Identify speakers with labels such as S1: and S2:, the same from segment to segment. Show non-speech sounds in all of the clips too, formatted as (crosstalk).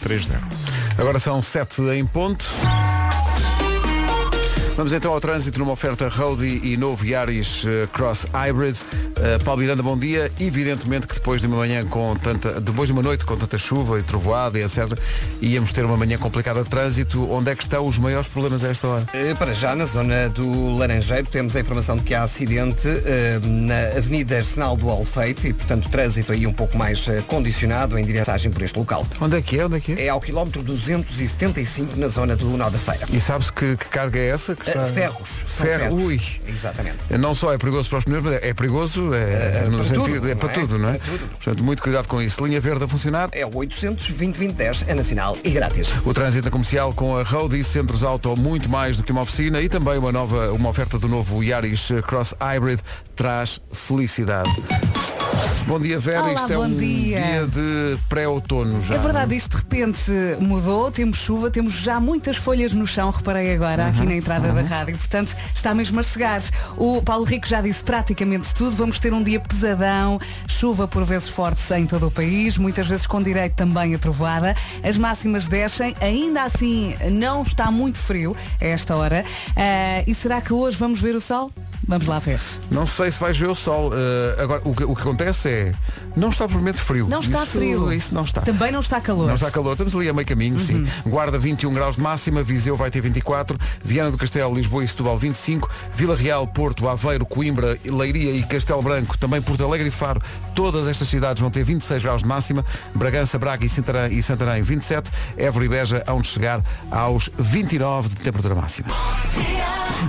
S1: 3-0. Agora são 7 em ponto. Vamos então ao trânsito numa oferta Roadie e novo Yaris eh, Cross Hybrid. Uh, Paulo Miranda, bom dia. Evidentemente que depois de uma manhã com tanta. depois de uma noite com tanta chuva e trovoada e etc., íamos ter uma manhã complicada de trânsito. Onde é que estão os maiores problemas a esta hora?
S2: Eh, Para já, na zona do Laranjeiro, temos a informação de que há acidente eh, na Avenida Arsenal do Alfeite e, portanto, o trânsito aí um pouco mais eh, condicionado em direção por este local.
S1: Onde é que é? Onde é que é?
S2: É ao quilómetro 275 na zona do Nó da Feira.
S1: E sabe-se que, que carga é essa? Que
S2: Eh, Ferros. São
S1: Ferro.
S2: ferros.
S1: Ui.
S2: Exatamente.
S1: Não só é perigoso para os pneus, mas é é perigoso é,
S2: É,
S1: no
S2: para
S1: sentido-
S2: tudo,
S1: é
S2: não
S1: para
S2: é?
S1: tudo, não é?
S2: Para tudo.
S1: Portanto, muito cuidado com isso. Linha verde a funcionar.
S2: É o 800 é nacional e grátis.
S1: O trânsito comercial com a Roadie Centros Auto, muito mais do que uma oficina e também uma nova, uma oferta do novo Yaris Cross Hybrid traz felicidade. Bom dia, Vera.
S3: Olá,
S1: Isto é
S3: bom
S1: um
S3: dia.
S1: de pré-outono já.
S3: É verdade,
S1: não
S3: isto de repente mudou, temos chuva, temos já muitas folhas no chão, reparei agora, aqui
S1: Uhum.
S3: na entrada da rádio, portanto está mesmo a chegar. O Paulo Rico já disse praticamente tudo, vamos ter um dia pesadão, chuva por vezes forte em todo o país, muitas vezes com direito também a trovoada, as máximas descem, ainda assim não está muito frio a esta hora, Ah, e será que hoje vamos ver o sol? Vamos lá ver.
S1: Não sei se vais ver o sol. eh, agora, o que, o que acontece é, não está propriamente frio.
S3: Não está
S1: Isso-
S3: frio.
S1: Isso não está.
S3: Também não está calor.
S1: Não está calor, estamos ali a meio caminho, sim.
S3: Uhum.
S1: Guarda 21 graus de máxima, Viseu vai ter 24, Viana do Castelo, Lisboa e Setúbal 25, Vila Real, Porto, Aveiro, Coimbra, Leiria e Castelo Branco, também Porto Alegre e Faro, todas estas cidades vão ter 26 graus de máxima, Bragança, Braga e Santarém, e Santarém 27, Évora e Beja hão de chegar aos 29 de temperatura máxima.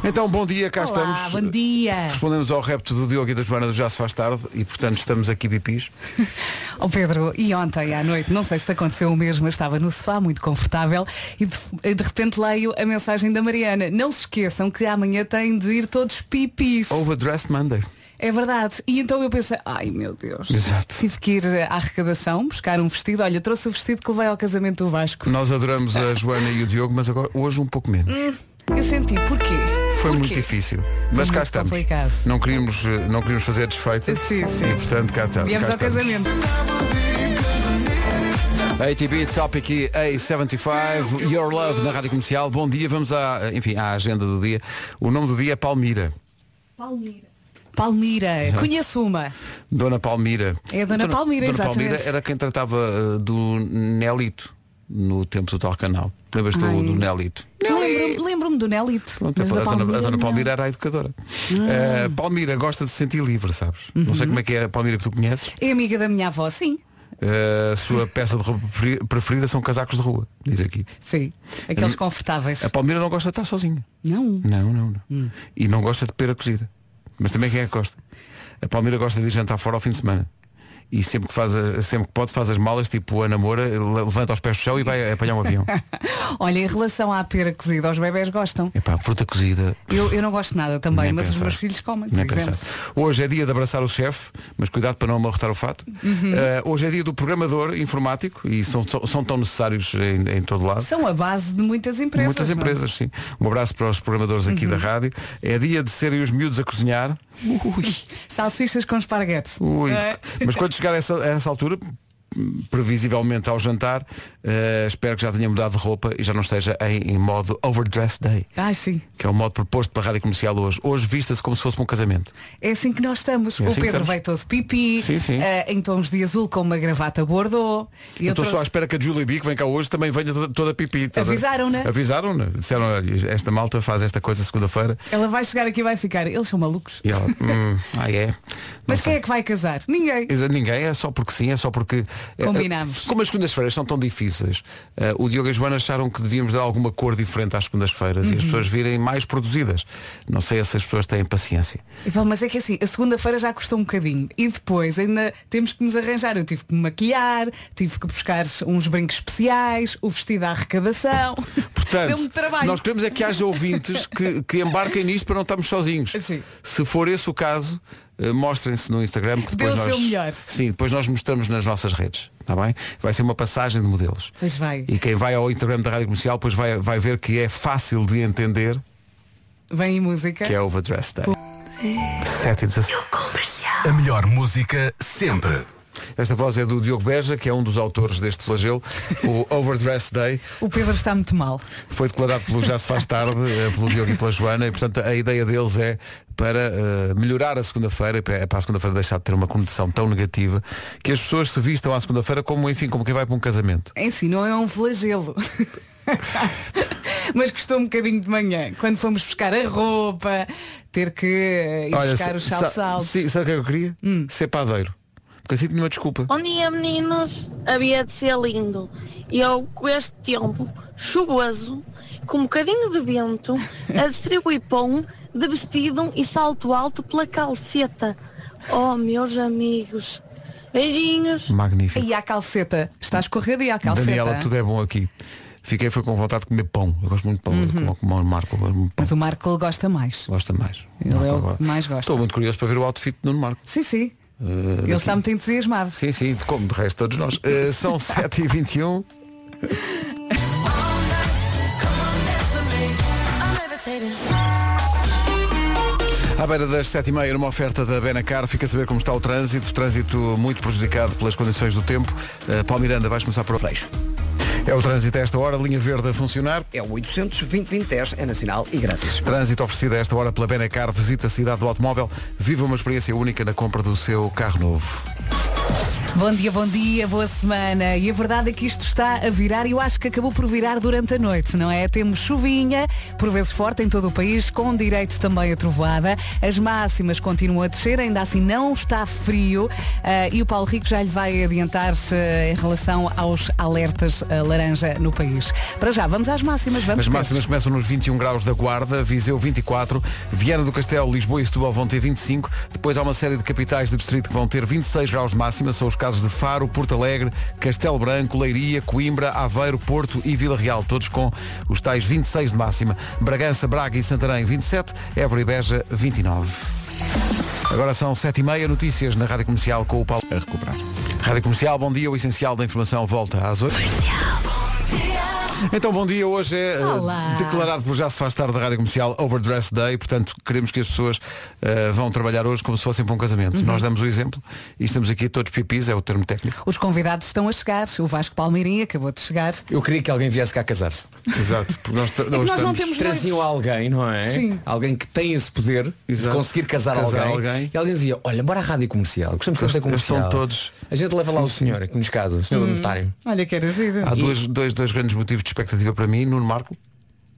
S1: Então, bom dia, cá
S3: Olá,
S1: estamos.
S3: bom dia.
S1: Respondemos ao repto do Diogo e da Joana do Já se faz tarde e, portanto, estamos aqui pipis.
S3: Oh Pedro, e ontem à noite, não sei se te aconteceu o mesmo, eu estava no sofá muito confortável e de, de repente leio a mensagem da Mariana. Não se esqueçam que amanhã têm de ir todos pipis.
S1: Overdressed Monday.
S3: É verdade. E então eu pensei, ai meu Deus.
S1: Exato.
S3: Tive que ir à arrecadação, buscar um vestido. Olha, trouxe o vestido que levei ao casamento do Vasco.
S1: Nós adoramos a Joana e o Diogo, mas agora hoje um pouco menos.
S3: Eu senti, porquê?
S1: Foi
S3: Hum, Porquê?
S1: muito difícil. Mas cá
S3: muito
S1: estamos.
S3: complicado.
S1: Não queríamos, eh, não queríamos fazer desfeita.
S3: Sim, sim.
S1: E portanto cá, tá,
S3: Viemos
S1: cá
S3: ao
S1: estamos.
S3: casamento.
S1: ATB Topic e A75, Your Love na Rádio Comercial. Bom dia, vamos à, enfim, à agenda do dia. O nome do dia é Palmira.
S3: Palmira. Palmira, conheço uma.
S1: Dona Palmira.
S3: É a Dona Palmira,
S1: Dona
S3: exatamente.
S1: Palmira era quem tratava eh, do Nelito no tempo do tal canal. Lembras-te do,
S3: Ai.
S1: do Nelito?
S3: Lembro-me lembro-me do Nelite.
S1: Pronto,
S3: mas
S1: a,
S3: da
S1: dona, a dona
S3: não. Ah.
S1: Palmira era a educadora. Eh, Palmira gosta de se sentir livre, sabes? Não
S3: Uhum.
S1: sei como é que é a Palmira que tu conheces. Eh,
S3: É amiga da minha avó, sim.
S1: A sua peça de roupa preferi- preferida são casacos de rua, diz aqui.
S3: Sim. Aqueles confortáveis.
S1: A Palmeira não gosta de estar sozinha.
S3: Não.
S1: Não, não, não.
S3: Hum.
S1: E não gosta de pera cozida. Mas também quem é que gosta? A Palmeira gosta de ir jantar fora ao fim de semana. E sempre que, faz a- sempre que pode faz as malas, tipo Ana Moura, le- levanta os pés do chão e vai apanhar um
S3: (laughs)
S1: avião.
S3: Olha, em relação à pera cozida, os bebés gostam.
S1: Epá, fruta cozida.
S3: Eu, eu não gosto de nada também,
S1: nem
S3: mas os
S1: pensar.
S3: meus filhos comem, por
S1: Nem
S3: exemplo.
S1: pensar. Hoje é dia de abraçar o chefe, mas cuidado para não amarrotar o fato.
S3: Uhum.
S1: Eh, hoje é dia do programador informático e são, são, são tão necessários em, em todo lado.
S3: São a base de muitas empresas.
S1: Muitas
S3: não é? Uhum.
S1: empresas, sim. Um abraço para os programadores aqui da rádio. É dia de serem os miúdos a cozinhar. Ui,
S3: Salsichas com esparguete.
S1: ui.
S3: É.
S1: Mas quando chegar a essa, a essa altura, previsivelmente ao jantar, eh, espero que já tenha mudado de roupa e já não esteja em, em modo overdress day.
S3: Ai sim,
S1: Que é o modo proposto para a rádio comercial hoje. Hoje vista-se como se fosse um casamento.
S3: é assim que nós estamos.
S1: É
S3: o
S1: assim que
S3: Pedro
S1: estamos.
S3: vai todo pipi,
S1: Sim, sim.
S3: eh, em tons de azul com uma gravata bordô. E
S1: eu
S3: eu
S1: estou só à
S3: trouxe-
S1: espera que a Julie B, que vem cá hoje, também venha toda, toda pipi. toda-
S3: Avisaram-na.
S1: Avisaram-na. Disseram, "Olha, esta malta faz esta coisa segunda-feira.
S3: Ela vai chegar aqui e vai ficar. Eles são malucos.
S1: E ela,
S3: (laughs)
S1: hum, ah é. Não
S3: Mas
S1: sei.
S3: quem é que vai casar? Ninguém.
S1: Exa- Ninguém, é só porque sim, é só porque. é,
S3: Combinamos.
S1: é, Como as segundas-feiras são tão difíceis, eh, o Diogo e a Joana acharam que devíamos dar alguma cor diferente às segundas-feiras
S3: Uhum.
S1: e as pessoas virem mais produzidas. Não sei se as pessoas têm paciência.
S3: E, pá, Mas é que assim, a segunda-feira já custou um bocadinho e depois ainda temos que nos arranjar. Eu tive que me maquilhar, tive que buscar uns brincos especiais, o vestido à arrecadação. Deu-me
S1: (laughs) Portanto,
S3: trabalho.
S1: nós queremos é que haja ouvintes que, que embarquem nisto para não estarmos sozinhos.
S3: Sim.
S1: Se for esse o caso, eh, mostrem-se no Instagram que depois
S3: Dê o
S1: nós.
S3: seu melhor.
S1: Sim, depois nós mostramos nas nossas redes. Está bem? Vai ser uma passagem de modelos.
S3: Pois vai.
S1: E quem vai ao Instagram da Rádio Comercial, depois vai, vai ver que é fácil de entender
S3: Vem aí música.
S1: que é Overdressed Day. 7 e 17.
S4: A melhor música sempre.
S1: Esta voz é do Diogo Beja, que é um dos autores deste flagelo. O (laughs) Overdress Day
S3: O Pedro está muito mal.
S1: foi declarado pelo Já se faz tarde, eh, pelo Diogo e pela Joana, e portanto a ideia deles é para eh, melhorar a segunda-feira, para para a segunda-feira deixar de ter uma condição tão negativa, que as pessoas se vistam à segunda-feira como, enfim, como quem vai para um casamento.
S3: É assim, não é
S1: (laughs)
S3: um flagelo. Mas custou um bocadinho de manhã. Quando fomos buscar a roupa, ter que eh, ir buscar os
S1: sa-
S3: saltos altos. Hum.
S1: sim, sabe o que é que eu queria? Ser padeiro. Porque assim tinha uma desculpa.
S4: Bom dia, meninos. Havia de ser lindo. E eu, com este tempo chuvoso, com um bocadinho de vento, a distribuir pão de vestido e salto alto pela calceta. Oh, meus amigos. Beijinhos.
S3: Oh.
S1: Magnífico.
S3: E à calceta. Está escorrida e à calceta.
S1: Daniela, tudo é bom aqui. Fiquei foi com vontade de comer pão. Eu gosto muito de pão,
S3: Uhum.
S1: como, como o Marco. eu gosto muito de pão.
S3: Mas o Marco ele gosta mais.
S1: Gosta mais.
S3: Ele é o
S1: Marco
S3: que mais gosta.
S1: Estou muito curioso para ver o outfit do Nuno Marco.
S3: Sim, sim.
S1: Eh,
S3: ele está muito entusiasmado.
S1: Sim, sim, de- como de resto todos nós. Eh, são 7h21. À beira das 7h30, numa oferta da Benacar, fica a saber como está o trânsito. Trânsito muito prejudicado pelas condições do tempo. Eh, Paulo Miranda, vais começar por o freixo. É o trânsito a esta hora, linha verde a funcionar.
S2: É o 800 é nacional e grátis.
S1: Trânsito oferecido a esta hora pela Benacar. Visita a cidade do automóvel. Viva uma experiência única na compra do seu carro novo.
S3: Bom dia, bom dia, boa semana. E a verdade é que isto está a virar e eu acho que acabou por virar durante a noite, não é? Temos chuvinha, por vezes forte em todo o país, com direito também a trovoada. As máximas continuam a descer, ainda assim não está frio. Ah, e o Paulo Rico já lhe vai adiantar-se em relação aos alertas ah, laranja no país. Para já, vamos às máximas, vamos
S1: As
S3: Pedro.
S1: máximas começam nos 21 graus da Guarda, Viseu 24, Viana do Castelo, Lisboa e Setúbal vão ter 25, depois há uma série de capitais de distrito que vão ter 26 graus de máxima, são os casos de Faro, Porto Alegre, Castelo Branco, Leiria, Coimbra, Aveiro, Porto e Vila Real, todos com os tais 26 de máxima. Bragança, Braga e Santarém 27, Évora e Beja 29. Agora são 7h30, notícias na Rádio Comercial com o Paulo a recuperar. Rádio Comercial, bom dia, o essencial da informação volta às 8. Então, bom dia. Hoje é eh,
S3: Olá.
S1: declarado por Já Se Faz Tarde da Rádio Comercial Overdress Day. Portanto, queremos que as pessoas eh, vão trabalhar hoje como se fossem para um casamento.
S3: Uhum.
S1: Nós damos o exemplo e estamos aqui todos pipis, é o termo técnico.
S3: Os convidados estão a chegar. O Vasco Palmeirim acabou de chegar.
S5: Eu queria que alguém viesse cá casar-se.
S1: Exato. Porque nós, t-
S3: É que nós não
S1: estamos-
S3: temos- Os
S5: Traziam alguém, não é?
S3: Sim.
S5: Alguém que tem esse poder de
S1: Exato.
S5: conseguir casar,
S1: Casar
S5: alguém.
S1: alguém.
S5: E alguém dizia, olha, bora à rádio comercial. Gostamos tanto da
S1: Eles- eles
S5: comercial.
S1: estão todos-
S5: A gente leva lá o senhor que nos casa, o senhor do notário.
S3: Olha que era giro.
S1: Há dois, dois, dois grandes motivos de expectativa para mim, Nuno Marco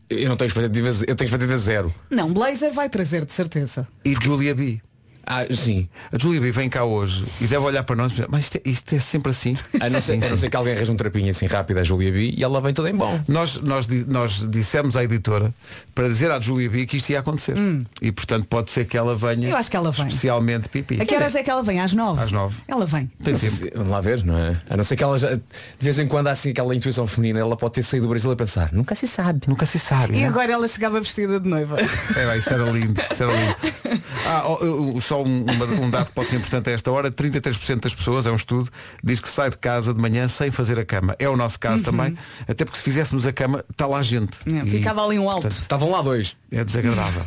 S5: Eu não tenho expectativa, eu tenho expectativa zero.
S3: Não, Blazer vai trazer, de certeza.
S1: e Julia B.
S5: Ah, sim.
S1: A Julia B vem cá hoje e deve olhar para nós e pensar, mas isto é, isto é sempre assim.
S5: A não, ser,
S1: Sim,
S5: a não
S1: sim.
S5: ser que alguém arranje um trapinho assim rápido à Julia B e ela vem toda em bom.
S1: Nós, nós, di- nós dissemos à editora para dizer à Julia B que isto ia acontecer. E portanto pode ser que ela venha
S3: Hum. Eu acho que ela vem.
S1: especialmente pipi.
S3: A que horas é que ela vem? Às nove?
S1: Às nove.
S3: Ela vem.
S1: Tem tempo.
S5: Se- Vamos lá ver, não é? A não ser que ela já, de vez em quando há assim aquela intuição feminina, ela pode ter saído do Brasil a pensar, nunca se sabe.
S1: Nunca se sabe.
S3: E
S1: né?
S3: agora ela chegava vestida de noiva.
S1: É, vai, isso era lindo. Isso era
S3: (laughs)
S1: lindo. Ah, oh, eu- só um, uma- um dado que pode ser importante a esta hora. 33% das pessoas, é um estudo, diz que sai de casa de manhã sem fazer a cama. É o nosso caso também. Até porque se fizéssemos a cama, está lá gente.
S3: Uhum. É,
S1: E
S3: Ficava ali um alto.
S5: Estavam lá dois.
S1: É
S3: (laughs)
S1: desagradável.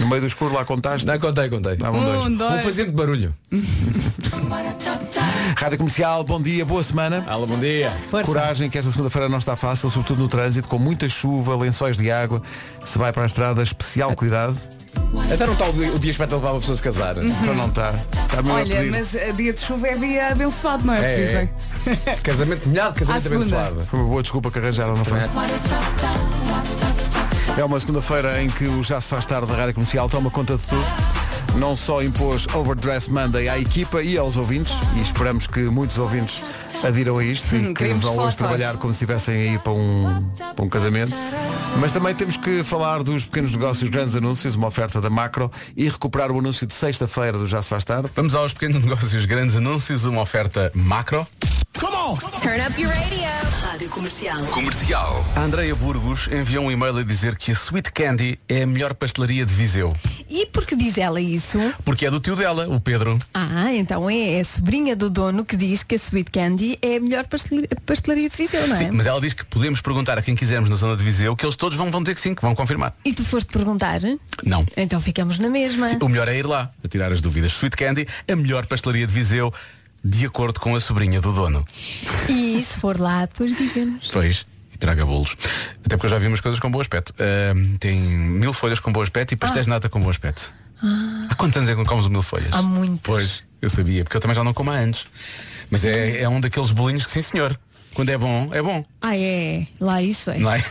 S1: No meio do escuro lá contaste.
S5: Não, contei, contei.
S1: Davam dois.
S3: Um,
S5: Vou
S3: dois.
S5: fazendo barulho.
S1: Rádio Comercial, bom dia, boa semana.
S5: Alô, bom dia.
S3: Força.
S1: Coragem, que esta segunda-feira não está fácil, sobretudo no trânsito, com muita chuva, lençóis de água. Se vai para a estrada, especial cuidado.
S5: Até não está o dia, o dia espetacular para uma pessoa
S3: (laughs)
S5: se casar. É.
S1: Então não está. Está mesmo a
S3: Olha,
S1: pedir.
S3: mas eh, dia de chuva é dia abençoado, não é?
S5: É,
S3: Porque dizem.
S5: é. (laughs) Casamento molhado, casamento
S3: À segunda.
S5: abençoado.
S1: Foi uma boa desculpa que arranjaram, não foi? É uma segunda-feira em que o Já Se Faz Tarde da Rádio Comercial toma conta de tudo. Não só impôs Overdress Monday à equipa e aos ouvintes, e esperamos que muitos ouvintes adiram a isto e
S3: (laughs) Hum,
S1: que
S3: queremos
S1: vão hoje
S3: fotos.
S1: trabalhar como se estivessem a ir para um, para um casamento. Mas também temos que falar dos pequenos negócios, grandes anúncios, uma oferta da Macro e recuperar o anúncio de sexta-feira do Já Se Faz Tarde.
S6: Vamos aos pequenos (laughs) negócios, grandes anúncios, uma oferta macro.
S7: Turn up your radio. Rádio Comercial.
S6: Comercial. A Andreia Burgos enviou um e-mail a dizer que a Sweet Candy é a melhor pastelaria de Viseu.
S8: E por que diz ela isso?
S6: Porque é do tio dela, o Pedro.
S8: Ah, então é a sobrinha do dono que diz que a Sweet Candy é a melhor pastelaria, pastelaria de Viseu, não é?
S6: Sim, mas ela diz que podemos perguntar a quem quisermos na zona de Viseu que eles todos vão, vão dizer que sim, que vão confirmar.
S8: E tu foste perguntar?
S6: Não.
S8: Então ficamos na mesma.
S6: O melhor é ir lá, a tirar as dúvidas. Sweet Candy, a melhor pastelaria de Viseu, de acordo com a sobrinha do dono.
S8: E se for lá, depois diga-nos.
S6: Pois. E traga bolos. Até porque eu já vi umas coisas com bom aspecto. Ahm, tem mil folhas com bom aspecto e pastéis de nata com bom aspecto. Há quantos anos é que não comes o mil folhas?
S8: Ah. Há muitos.
S6: Pois, eu sabia, porque eu também já não como há anos. Mas é, é um daqueles bolinhos que sim senhor. Quando é bom, é bom.
S8: Ah, é. Lá isso é.
S6: Não
S8: (laughs)
S6: é?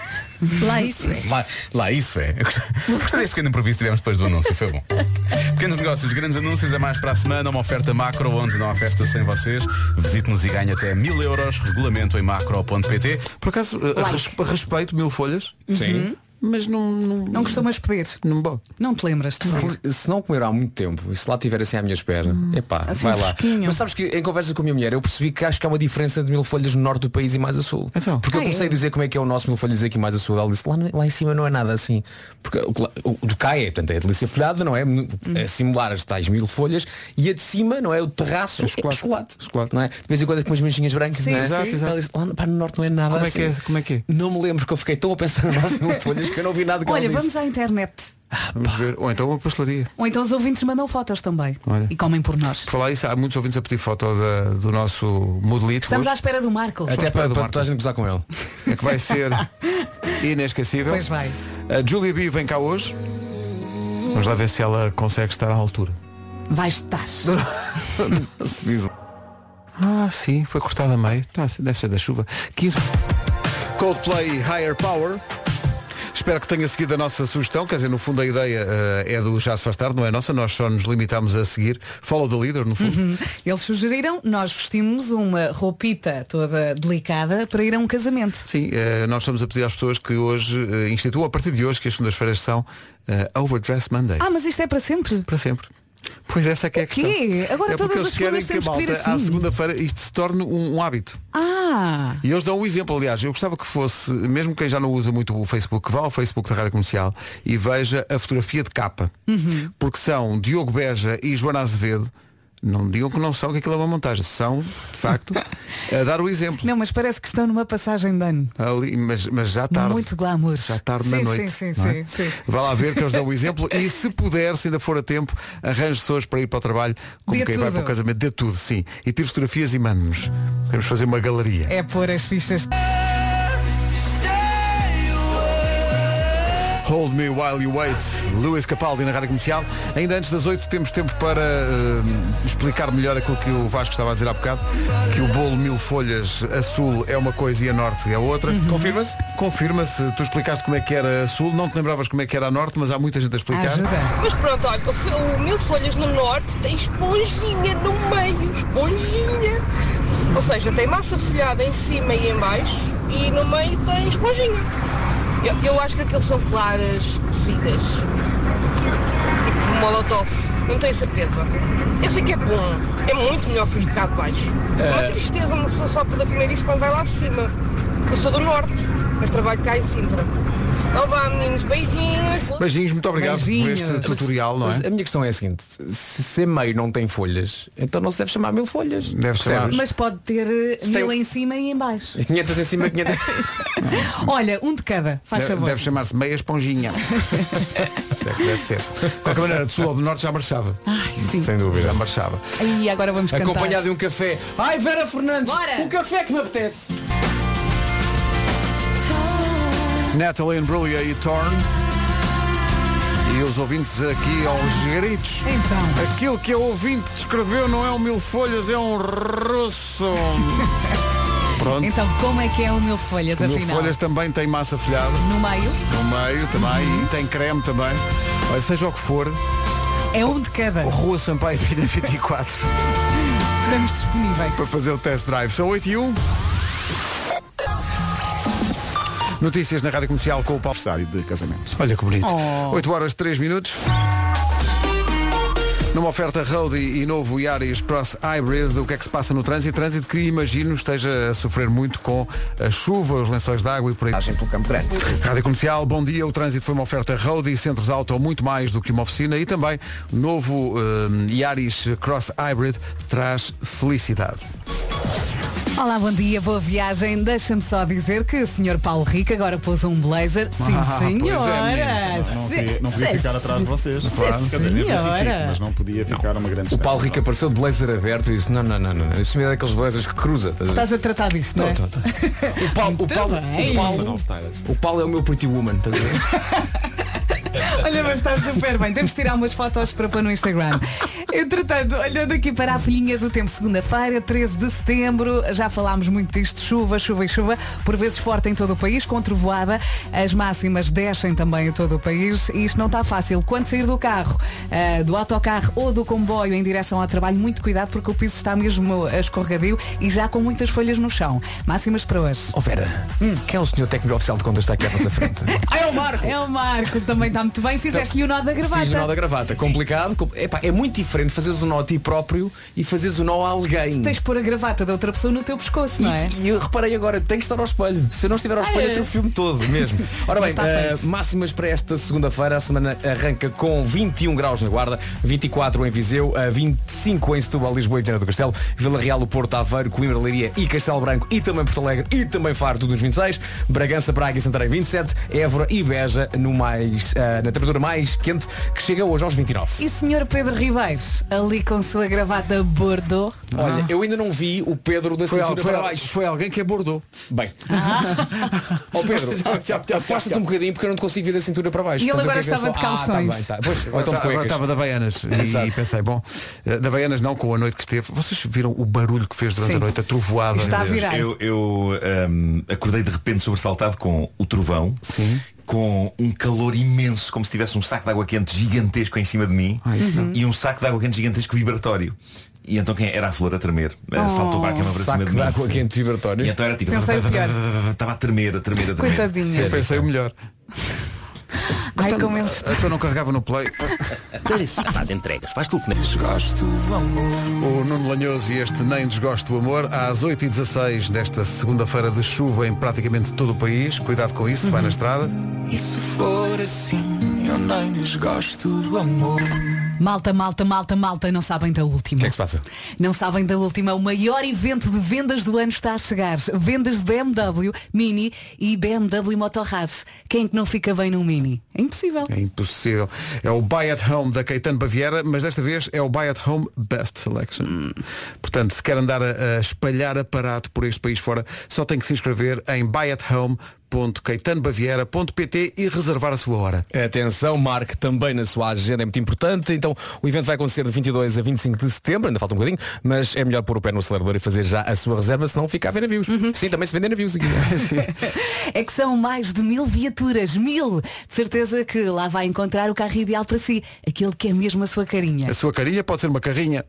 S8: Lá isso é.
S6: Lá, lá isso é. Eu gost- Gostei deste pequeno improviso que tivemos depois do anúncio, foi bom. Pequenos negócios, grandes anúncios, é mais para a semana, uma oferta macro, onde não há festa sem vocês. Visite-nos e ganhe até mil euros, regulamento em macro.pt.
S1: Por acaso, eh, a- a res- a respeito mil folhas,
S8: Uhum.
S5: Sim.
S1: mas não. Não,
S3: Não costumas pedir.
S1: não bom.
S3: Não te lembras, te
S5: Se- Se não comer há muito tempo e se lá tiver assim à minha espera, epá,
S3: assim
S5: vai lá.
S3: fresquinho.
S5: Mas sabes que em conversa com a minha mulher eu percebi que acho que há uma diferença de mil folhas no norte do país e mais a sul.
S1: Então.
S5: Porque eu
S3: Ah,
S5: comecei a dizer como é que é o nosso mil folhas aqui mais a sul. Ela disse lá, lá em cima não é nada assim. Porque o, que lá- o do cá é, portanto, é a delícia folhada, não é? É
S3: Hum.
S5: simular as tais mil folhas e a de cima, não é? O terraço é chocolate. chocolate, Não é? De vez em quando é com as manchinhas brancas,
S3: Sim,
S5: não é?
S3: exato,
S5: Ela
S1: exato.
S5: disse, lá pá, no norte não é nada
S1: Como é
S5: assim.
S1: que é? Como é que é?
S5: Não me lembro que eu fiquei tão a pensar nas mil folhas que eu não vi nada que
S3: Olha,
S5: ela disse.
S3: vamos à internet.
S1: Vamos ver. Ou então uma pastelaria.
S3: Ou então os ouvintes mandam fotos também.
S1: Olha.
S3: E comem por nós.
S1: Por falar isso, há muitos ouvintes a pedir foto da- do nosso modelito.
S3: Estamos à
S1: hoje,
S3: espera do Marco.
S5: Até
S1: Só espera
S5: É para,
S1: do
S5: para
S1: Marco.
S5: toda a gente gozar com ele.
S1: É que vai
S3: (laughs)
S1: ser inesquecível.
S3: Pois vai.
S1: A Julia B vem cá hoje. Vamos lá ver se ela consegue estar à altura. um.
S3: Vais estar.
S1: Ah, sim, foi cortada a meio. Tá, deve ser da chuva. 15. Coldplay Higher Power. Espero que tenha seguido a nossa sugestão, quer dizer, no fundo a ideia eh, é do Já se faz tarde, não é nossa, nós só nos limitámos a seguir. Follow the leader, no fundo.
S3: Eles sugeriram, nós vestimos uma roupita toda delicada para ir a um casamento.
S1: Sim, eh, nós estamos a pedir às pessoas que hoje eh, instituam, a partir de hoje, que as segundas-feiras são eh, Overdress Monday.
S3: Ah, mas isto é para sempre?
S1: Para sempre. Pois essa é que é a
S3: quê?
S1: questão.
S3: Agora
S1: é
S3: todas
S1: porque eles
S3: as
S1: querem
S3: segundas
S1: que a
S3: temos que vir
S1: malta à
S3: assim.
S1: segunda-feira isto se torne um, um hábito.
S3: Ah!
S1: E eles dão o exemplo, aliás, eu gostava que fosse, mesmo quem já não usa muito o Facebook, que vá ao Facebook da Rádio Comercial e veja a fotografia de capa.
S3: Uhum.
S1: Porque são Diogo Beja e Joana Azevedo, não digam que não são, que aquilo é uma montagem, são, de
S3: (laughs)
S1: facto, a dar o exemplo.
S3: Não, mas parece que estão numa passagem de ano.
S1: Ali, mas, mas já tarde.
S3: Muito glamour.
S1: Já tarde na
S3: Sim,
S1: noite.
S3: sim, sim,
S1: não é?
S3: sim, sim.
S1: Vá lá ver que eles dão o exemplo e se puder, se ainda for a tempo, arranje pessoas para ir para o trabalho, como
S3: Dê
S1: quem vai
S3: tudo.
S1: para o casamento, dê tudo, sim. E tire fotografias e mande-nos. Temos de fazer uma galeria.
S3: É pôr as fichas.
S1: Hold Me While You Wait, Luís Capaldi na Rádio Comercial. Ainda antes das 8 temos tempo para eh, explicar melhor aquilo que o Vasco estava a dizer há bocado, que o bolo mil folhas a sul é uma coisa e a norte é outra. Confirma-se? Confirma-se. Tu explicaste como é que era a sul, não te lembravas como é que era a norte, mas há muita gente a explicar.
S3: Ajuda.
S9: Mas pronto, olha, o, f- o Mil Folhas no Norte tem esponjinha no meio, esponjinha. Ou seja, tem massa folhada em cima e em baixo e no meio tem esponjinha. Eu, eu acho que aqueles são claras cozidas, tipo molotov, não tenho certeza. Eu sei que é bom, é muito melhor que os de cá de baixo. Uma tristeza uma pessoa só poder comer isso quando vai lá de cima. Porque eu sou do Norte, mas trabalho cá em Sintra. Então vá, meninos, beijinhos.
S1: Beijinhos, muito obrigado
S3: Beijinhos. eh,
S1: por este tutorial, não é?
S5: Mas a minha questão é a seguinte, se ser meio não tem folhas, então não se deve chamar mil folhas.
S1: Deve
S5: Percebes?
S3: Mas pode ter eh,
S5: tem
S3: mil
S5: o-
S3: em cima e em baixo.
S5: 500 em cima, 500
S3: Olha, um de cada, faz
S1: Deve,
S3: favor.
S1: deve chamar-se meia
S3: (laughs)
S1: esponjinha. É que deve ser. De qualquer maneira, do sul ou do norte já marchava.
S3: Ai, sim.
S1: Sem dúvida, já marchava.
S3: E agora vamos cantar.
S5: acompanhado de um café. Ai, Vera Fernandes,
S3: Bora!
S5: um café que me apetece.
S1: Natalie Imbruglia e Torn. E os ouvintes aqui aos gritos.
S3: Então,
S1: Aquilo que o ouvinte descreveu não é um mil folhas, é um
S3: (laughs)
S1: russo. Pronto.
S3: então como é que é o meu folhas,
S1: mil
S3: afinal?
S1: folhas também tem massa folhada
S3: No meio
S1: no meio também e tem creme também. Olha, seja o que for,
S3: é um de cada.
S1: Rua Sampaio (laughs) Pina 24
S3: Estamos disponíveis.
S1: para fazer o test drive. São 8 e 1. Notícias na Rádio Comercial com o Paulo.
S10: aniversário de casamento.
S1: Olha que bonito.
S3: Oh.
S1: 8 horas 3 minutos. Numa oferta roadie e novo Yaris Cross Hybrid, o que é que se passa no trânsito? Trânsito que imagino esteja a sofrer muito com a chuva, os lençóis de água e por aí.
S2: Viagem pelo Campo Grande.
S1: Rádio Comercial, bom dia. O trânsito foi uma oferta roadie, centros auto, muito mais do que uma oficina e também novo eh, Yaris Cross Hybrid traz felicidade.
S3: Olá, bom dia, boa viagem. Deixa-me só dizer que o Sr. Paulo Rico agora pôs um blazer. Sim, senhora.
S10: Não
S3: Sim,
S10: podia, não podia
S3: Ah, sim,
S10: ficar atrás de vocês.
S3: sim,
S10: Quer dizer, mesmo assim
S3: senhora.
S10: fico, mas não podia ficar a uma grande
S5: O
S10: distância.
S5: Paulo Rico apareceu de blazer aberto e disse, não, não, não, não, não. Isso mesmo é daqueles blazers que cruza. estás a ver?
S3: Estás a tratar disto, não é?
S5: Tô, tô, tô. O Paulo, o Paulo,
S3: bem.
S5: o Paulo, o Paulo é o meu pretty woman, estás a ver?
S3: Olha, mas está super bem. Temos de tirar umas fotos para pôr no Instagram. Entretanto, olhando aqui para a folhinha do tempo, segunda-feira, 13 de setembro, já falámos muito disto, chuva, chuva e chuva, por vezes forte em todo o país, com trovoada, as máximas descem também em todo o país e isto não está fácil. Quando sair do carro, ah, do autocarro ou do comboio em direção ao trabalho, muito cuidado porque o piso está mesmo escorregadio e já com muitas folhas no chão. Máximas para hoje.
S5: (laughs) Oh Vera, quem é o senhor técnico oficial de contas que está aqui à nossa (laughs) frente? ah, é o Marco!
S3: É o Marco, também está muito bem, fizeste-lhe o nó da gravata.
S5: Fiz o nó da gravata. Complicado. com- Epá, é muito diferente fazeres o nó a ti próprio e fazeres o nó a alguém.
S3: Tens de pôr a gravata da outra pessoa no teu pescoço,
S5: E,
S3: não é?
S5: e eu reparei agora, tem que estar ao espelho. Se eu não estiver ao espelho,
S3: é?
S5: eu tenho o filme todo mesmo. Ora bem,
S3: está
S5: eh,
S3: feito.
S5: máximas para esta segunda-feira. A semana arranca com 21 graus na Guarda, 24 em Viseu, eh, 25 em Setúbal, Lisboa e Viana do Castelo, Vila Real, o Porto, Aveiro, Coimbra, Leiria e Castelo Branco e também Porto Alegre e também Faro, tudo nos 26, Bragança, Braga e Santarém 27, Évora e Beja no mais, eh, na temperatura mais quente que chega hoje aos 29.
S3: E senhor Pedro Ribeiro, ali com sua gravata bordeaux.
S5: Olha, eu ainda não vi o Pedro da
S1: Foi, al-
S5: cintura
S1: foi
S5: para
S1: al-
S5: baixo.
S1: foi alguém que abordou.
S5: Bem.
S1: Ah.
S5: Ó Pedro, afasta-te um bocadinho porque eu não te consigo ver da cintura para baixo.
S3: E ele
S5: Portanto,
S3: agora
S5: eu quero ver
S3: estava
S5: só-
S3: de calções.
S5: Ah, tá bem, tá. Pois, ou então de
S1: Agora
S5: cuecas.
S1: estava da Baianas e
S5: Exato.
S1: pensei, bom, eh, da Baianas não, com a noite que esteve. Vocês viram o barulho que fez durante
S3: Sim.
S1: a noite, a trovoada.
S3: Está a virar.
S11: Eu, eu, ahm, acordei de repente sobressaltado com o trovão,
S1: Sim.
S11: com um calor imenso, como se tivesse um saco de água quente gigantesco em cima de mim
S5: Ah,
S11: e um saco de água quente gigantesco vibratório. E então quem era a flor a tremer, eh, saltou para a
S5: Oh,
S11: cama para
S5: Saco
S11: cima de
S5: de
S11: mim.
S5: água
S11: Sim.
S5: quente vibratório.
S11: E então era tipo,
S3: Pensei o pior.
S11: estava a tremer, a tremer, a tremer.
S3: Coitadinha.
S1: Eu pensei o melhor.
S3: Ai, como eles.
S1: Então não carregava no play.
S11: Faz entregas, faz né? telefonemas.
S1: Desgosto do amor. O Nuno Lanhoso e este Nem Desgosto do Amor, às 8h16 desta segunda-feira de chuva em praticamente todo o país. Cuidado com
S3: Uhum.
S1: isso, se vai na estrada.
S12: E se for assim, eu nem desgosto do amor.
S3: Malta, malta, malta, malta, não sabem da última.
S5: O que é que se passa?
S3: Não sabem da última, o maior evento de vendas do ano está a chegar. Vendas de BMW, Mini e BMW Motorrad. Quem é que não fica bem num Mini? É impossível.
S1: É impossível. É o Buy at Home da Caetano Baviera, mas desta vez é o Buy at Home Best Selection. Portanto, se quer andar a, a espalhar aparato por este país fora, só tem que se inscrever em buyathome.caetanobaviera.pt e reservar a sua hora.
S5: Atenção, marque também na sua agenda, é muito importante. Então, o evento vai acontecer de 22 a 25 de setembro, ainda falta um bocadinho, mas é melhor pôr o pé no acelerador e fazer já a sua reserva, senão fica a ver navios.
S3: Uhum.
S5: Sim, também se vende
S3: (laughs)
S5: navios aqui.
S3: É que são mais de mil viaturas, mil! De certeza que lá vai encontrar o carro ideal para si, aquele que é mesmo a sua carinha.
S1: A sua carinha pode ser uma carrinha.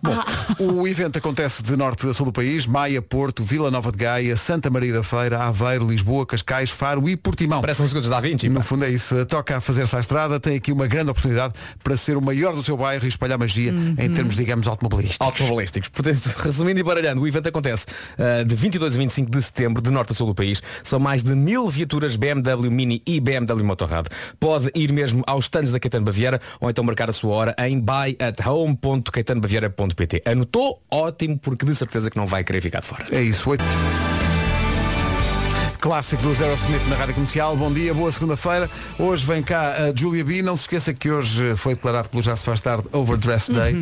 S1: Bom, o evento acontece de norte a sul do país, Maia, Porto, Vila Nova de Gaia, Santa Maria da Feira, Aveiro, Lisboa, Cascais, Faro e Portimão.
S5: Parece uns segundos da Vinci.
S1: No fundo é isso, toca a fazer-se à estrada, tem aqui uma grande oportunidade para ser o maior do seu bairro e espalhar magia em
S3: Uhum.
S1: termos, digamos, automobilísticos.
S5: autobalísticos. Portanto, (laughs) resumindo e baralhando, o evento acontece ah, de 22 a 25 de setembro, de norte a sul do país. São mais de mil viaturas BMW Mini e BMW Motorrad. Pode ir mesmo aos stands da Caetano Baviera ou então marcar a sua hora em buyathome.caetanobaviera.pt. Anotou? Ótimo, porque de certeza que não vai querer ficar de fora.
S1: É isso, oito. Clássico do Zero Smith na Rádio Comercial. Bom dia, boa segunda-feira. Hoje vem cá a Julia B. Não se esqueça que hoje eh, foi declarado pelo Já se faz tarde Overdress Day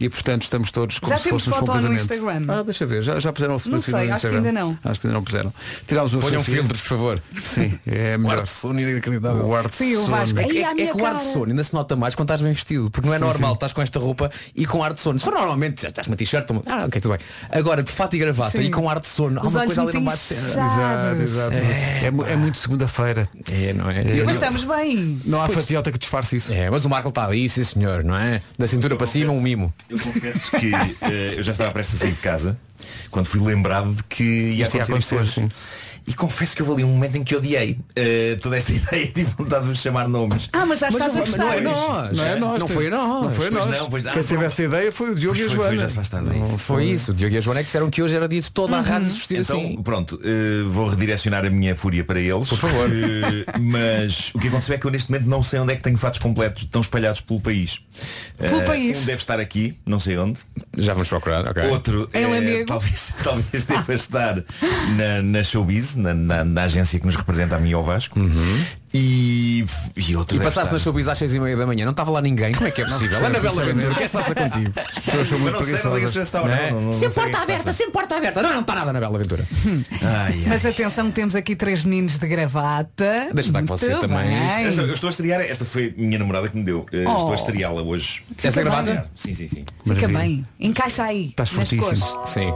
S1: e portanto estamos todos como
S3: Uhum. Já
S1: se
S3: temos
S1: fôssemos
S3: foto
S1: para um
S3: no
S1: casamento.
S3: Instagram.
S1: Ah, deixa ver, já, já puseram a fotografia
S3: sei,
S1: no
S3: acho que
S1: Instagram.
S3: ainda não. um
S1: Acho que ainda não puseram. Tirámos uma
S5: Ponham
S1: fotografia.
S5: filtros, um por favor.
S1: Sim, é melhor. O ar de
S3: Sim, o
S1: sono.
S3: Vasco.
S5: É,
S3: Ai,
S5: que-
S3: a
S5: é
S3: minha
S5: que o ar de
S3: cara.
S5: sono ainda se nota mais quando estás bem vestido, porque não é normal, estás com esta roupa e com ar de sono. Só normalmente já estás com uma t-shirt, uma- ah, ok, tudo bem. Agora, de fato e gravata
S3: Sim.
S5: e com ar de sono, há
S3: Os
S5: uma
S3: olhos
S5: coisa ali não
S3: muito
S5: bate certo.
S1: Exato,
S3: inchados.
S1: exato. É, mu- é muito segunda-feira.
S5: É, não é?
S3: Mas estamos bem.
S1: Não há fatiota que disfarce isso.
S5: É, mas o Marco está ali, sim senhor, não é? Da cintura para cima, um mimo.
S11: Eu confesso que eh, eu já estava prestes a sair de casa quando fui lembrado de que ia
S1: Isto ia
S6: é
S11: acontecer isto
S1: acontecer,
S11: hoje. E confesso que houve ali um momento em que odiei eh, toda esta (laughs) ideia de vontade de vos chamar nomes.
S3: Ah, mas já estás a gostar.
S11: é
S1: Não é nós.
S11: Não
S1: tens-
S11: foi a nós.
S1: Não foi a
S11: Pois
S1: nós.
S11: não, pois não.
S1: Quem teve essa ideia foi o Diogo e a
S11: Pois foi,
S1: Joana.
S11: foi, já se faz tarde a isso.
S5: Foi isso. O Diogo e a Joana é que disseram que hoje era dia de toda
S3: Uhum.
S5: a rádio se vestir
S11: então,
S5: assim.
S11: pronto, eh, vou redirecionar a minha fúria para eles. Por favor. mas o que aconteceu é que eu neste momento não sei onde é que tenho fatos completos, estão espalhados pelo país.
S5: Pelo
S11: Eh,
S5: país?
S11: Um deve estar aqui, não sei onde.
S5: Já vamos procurar, ok.
S11: Outro
S5: Em
S11: eh,
S5: Lamego.
S11: talvez, (laughs) talvez deva estar na, na Showbiz, na, na- na agência que nos representa a mim e ao Vasco. E, e outro
S5: Uhum. E
S11: deve
S5: passaste
S11: estar-
S5: nas showbiz às seis e meia da manhã, não estava lá ninguém, como é que é possível?
S11: Não,
S5: Ana Bela
S11: sinceramente.
S5: Ventura, o que é que se
S11: (laughs)
S5: passa contigo? As
S11: pessoas são muito Eu não sei, não preguiçosas. diga se está ou não, não- não sei o que é que se passa.
S5: sempre porta aberta. Não, não está nada, Ana Bela Ventura. (laughs)
S3: Mas atenção, temos aqui três meninos de gravata.
S11: Deixa estar
S3: Muito
S11: com você também.
S3: bem.
S11: Essa- é Eu estou a estrear, esta foi a minha namorada que me deu. Eh,
S3: Oh.
S11: Estou a estreá-la hoje.
S5: é
S3: Fica Essa bem. gravata?
S11: Sim, sim, sim.
S3: Fica bem. Encaixa aí. nas cores.
S5: Sim.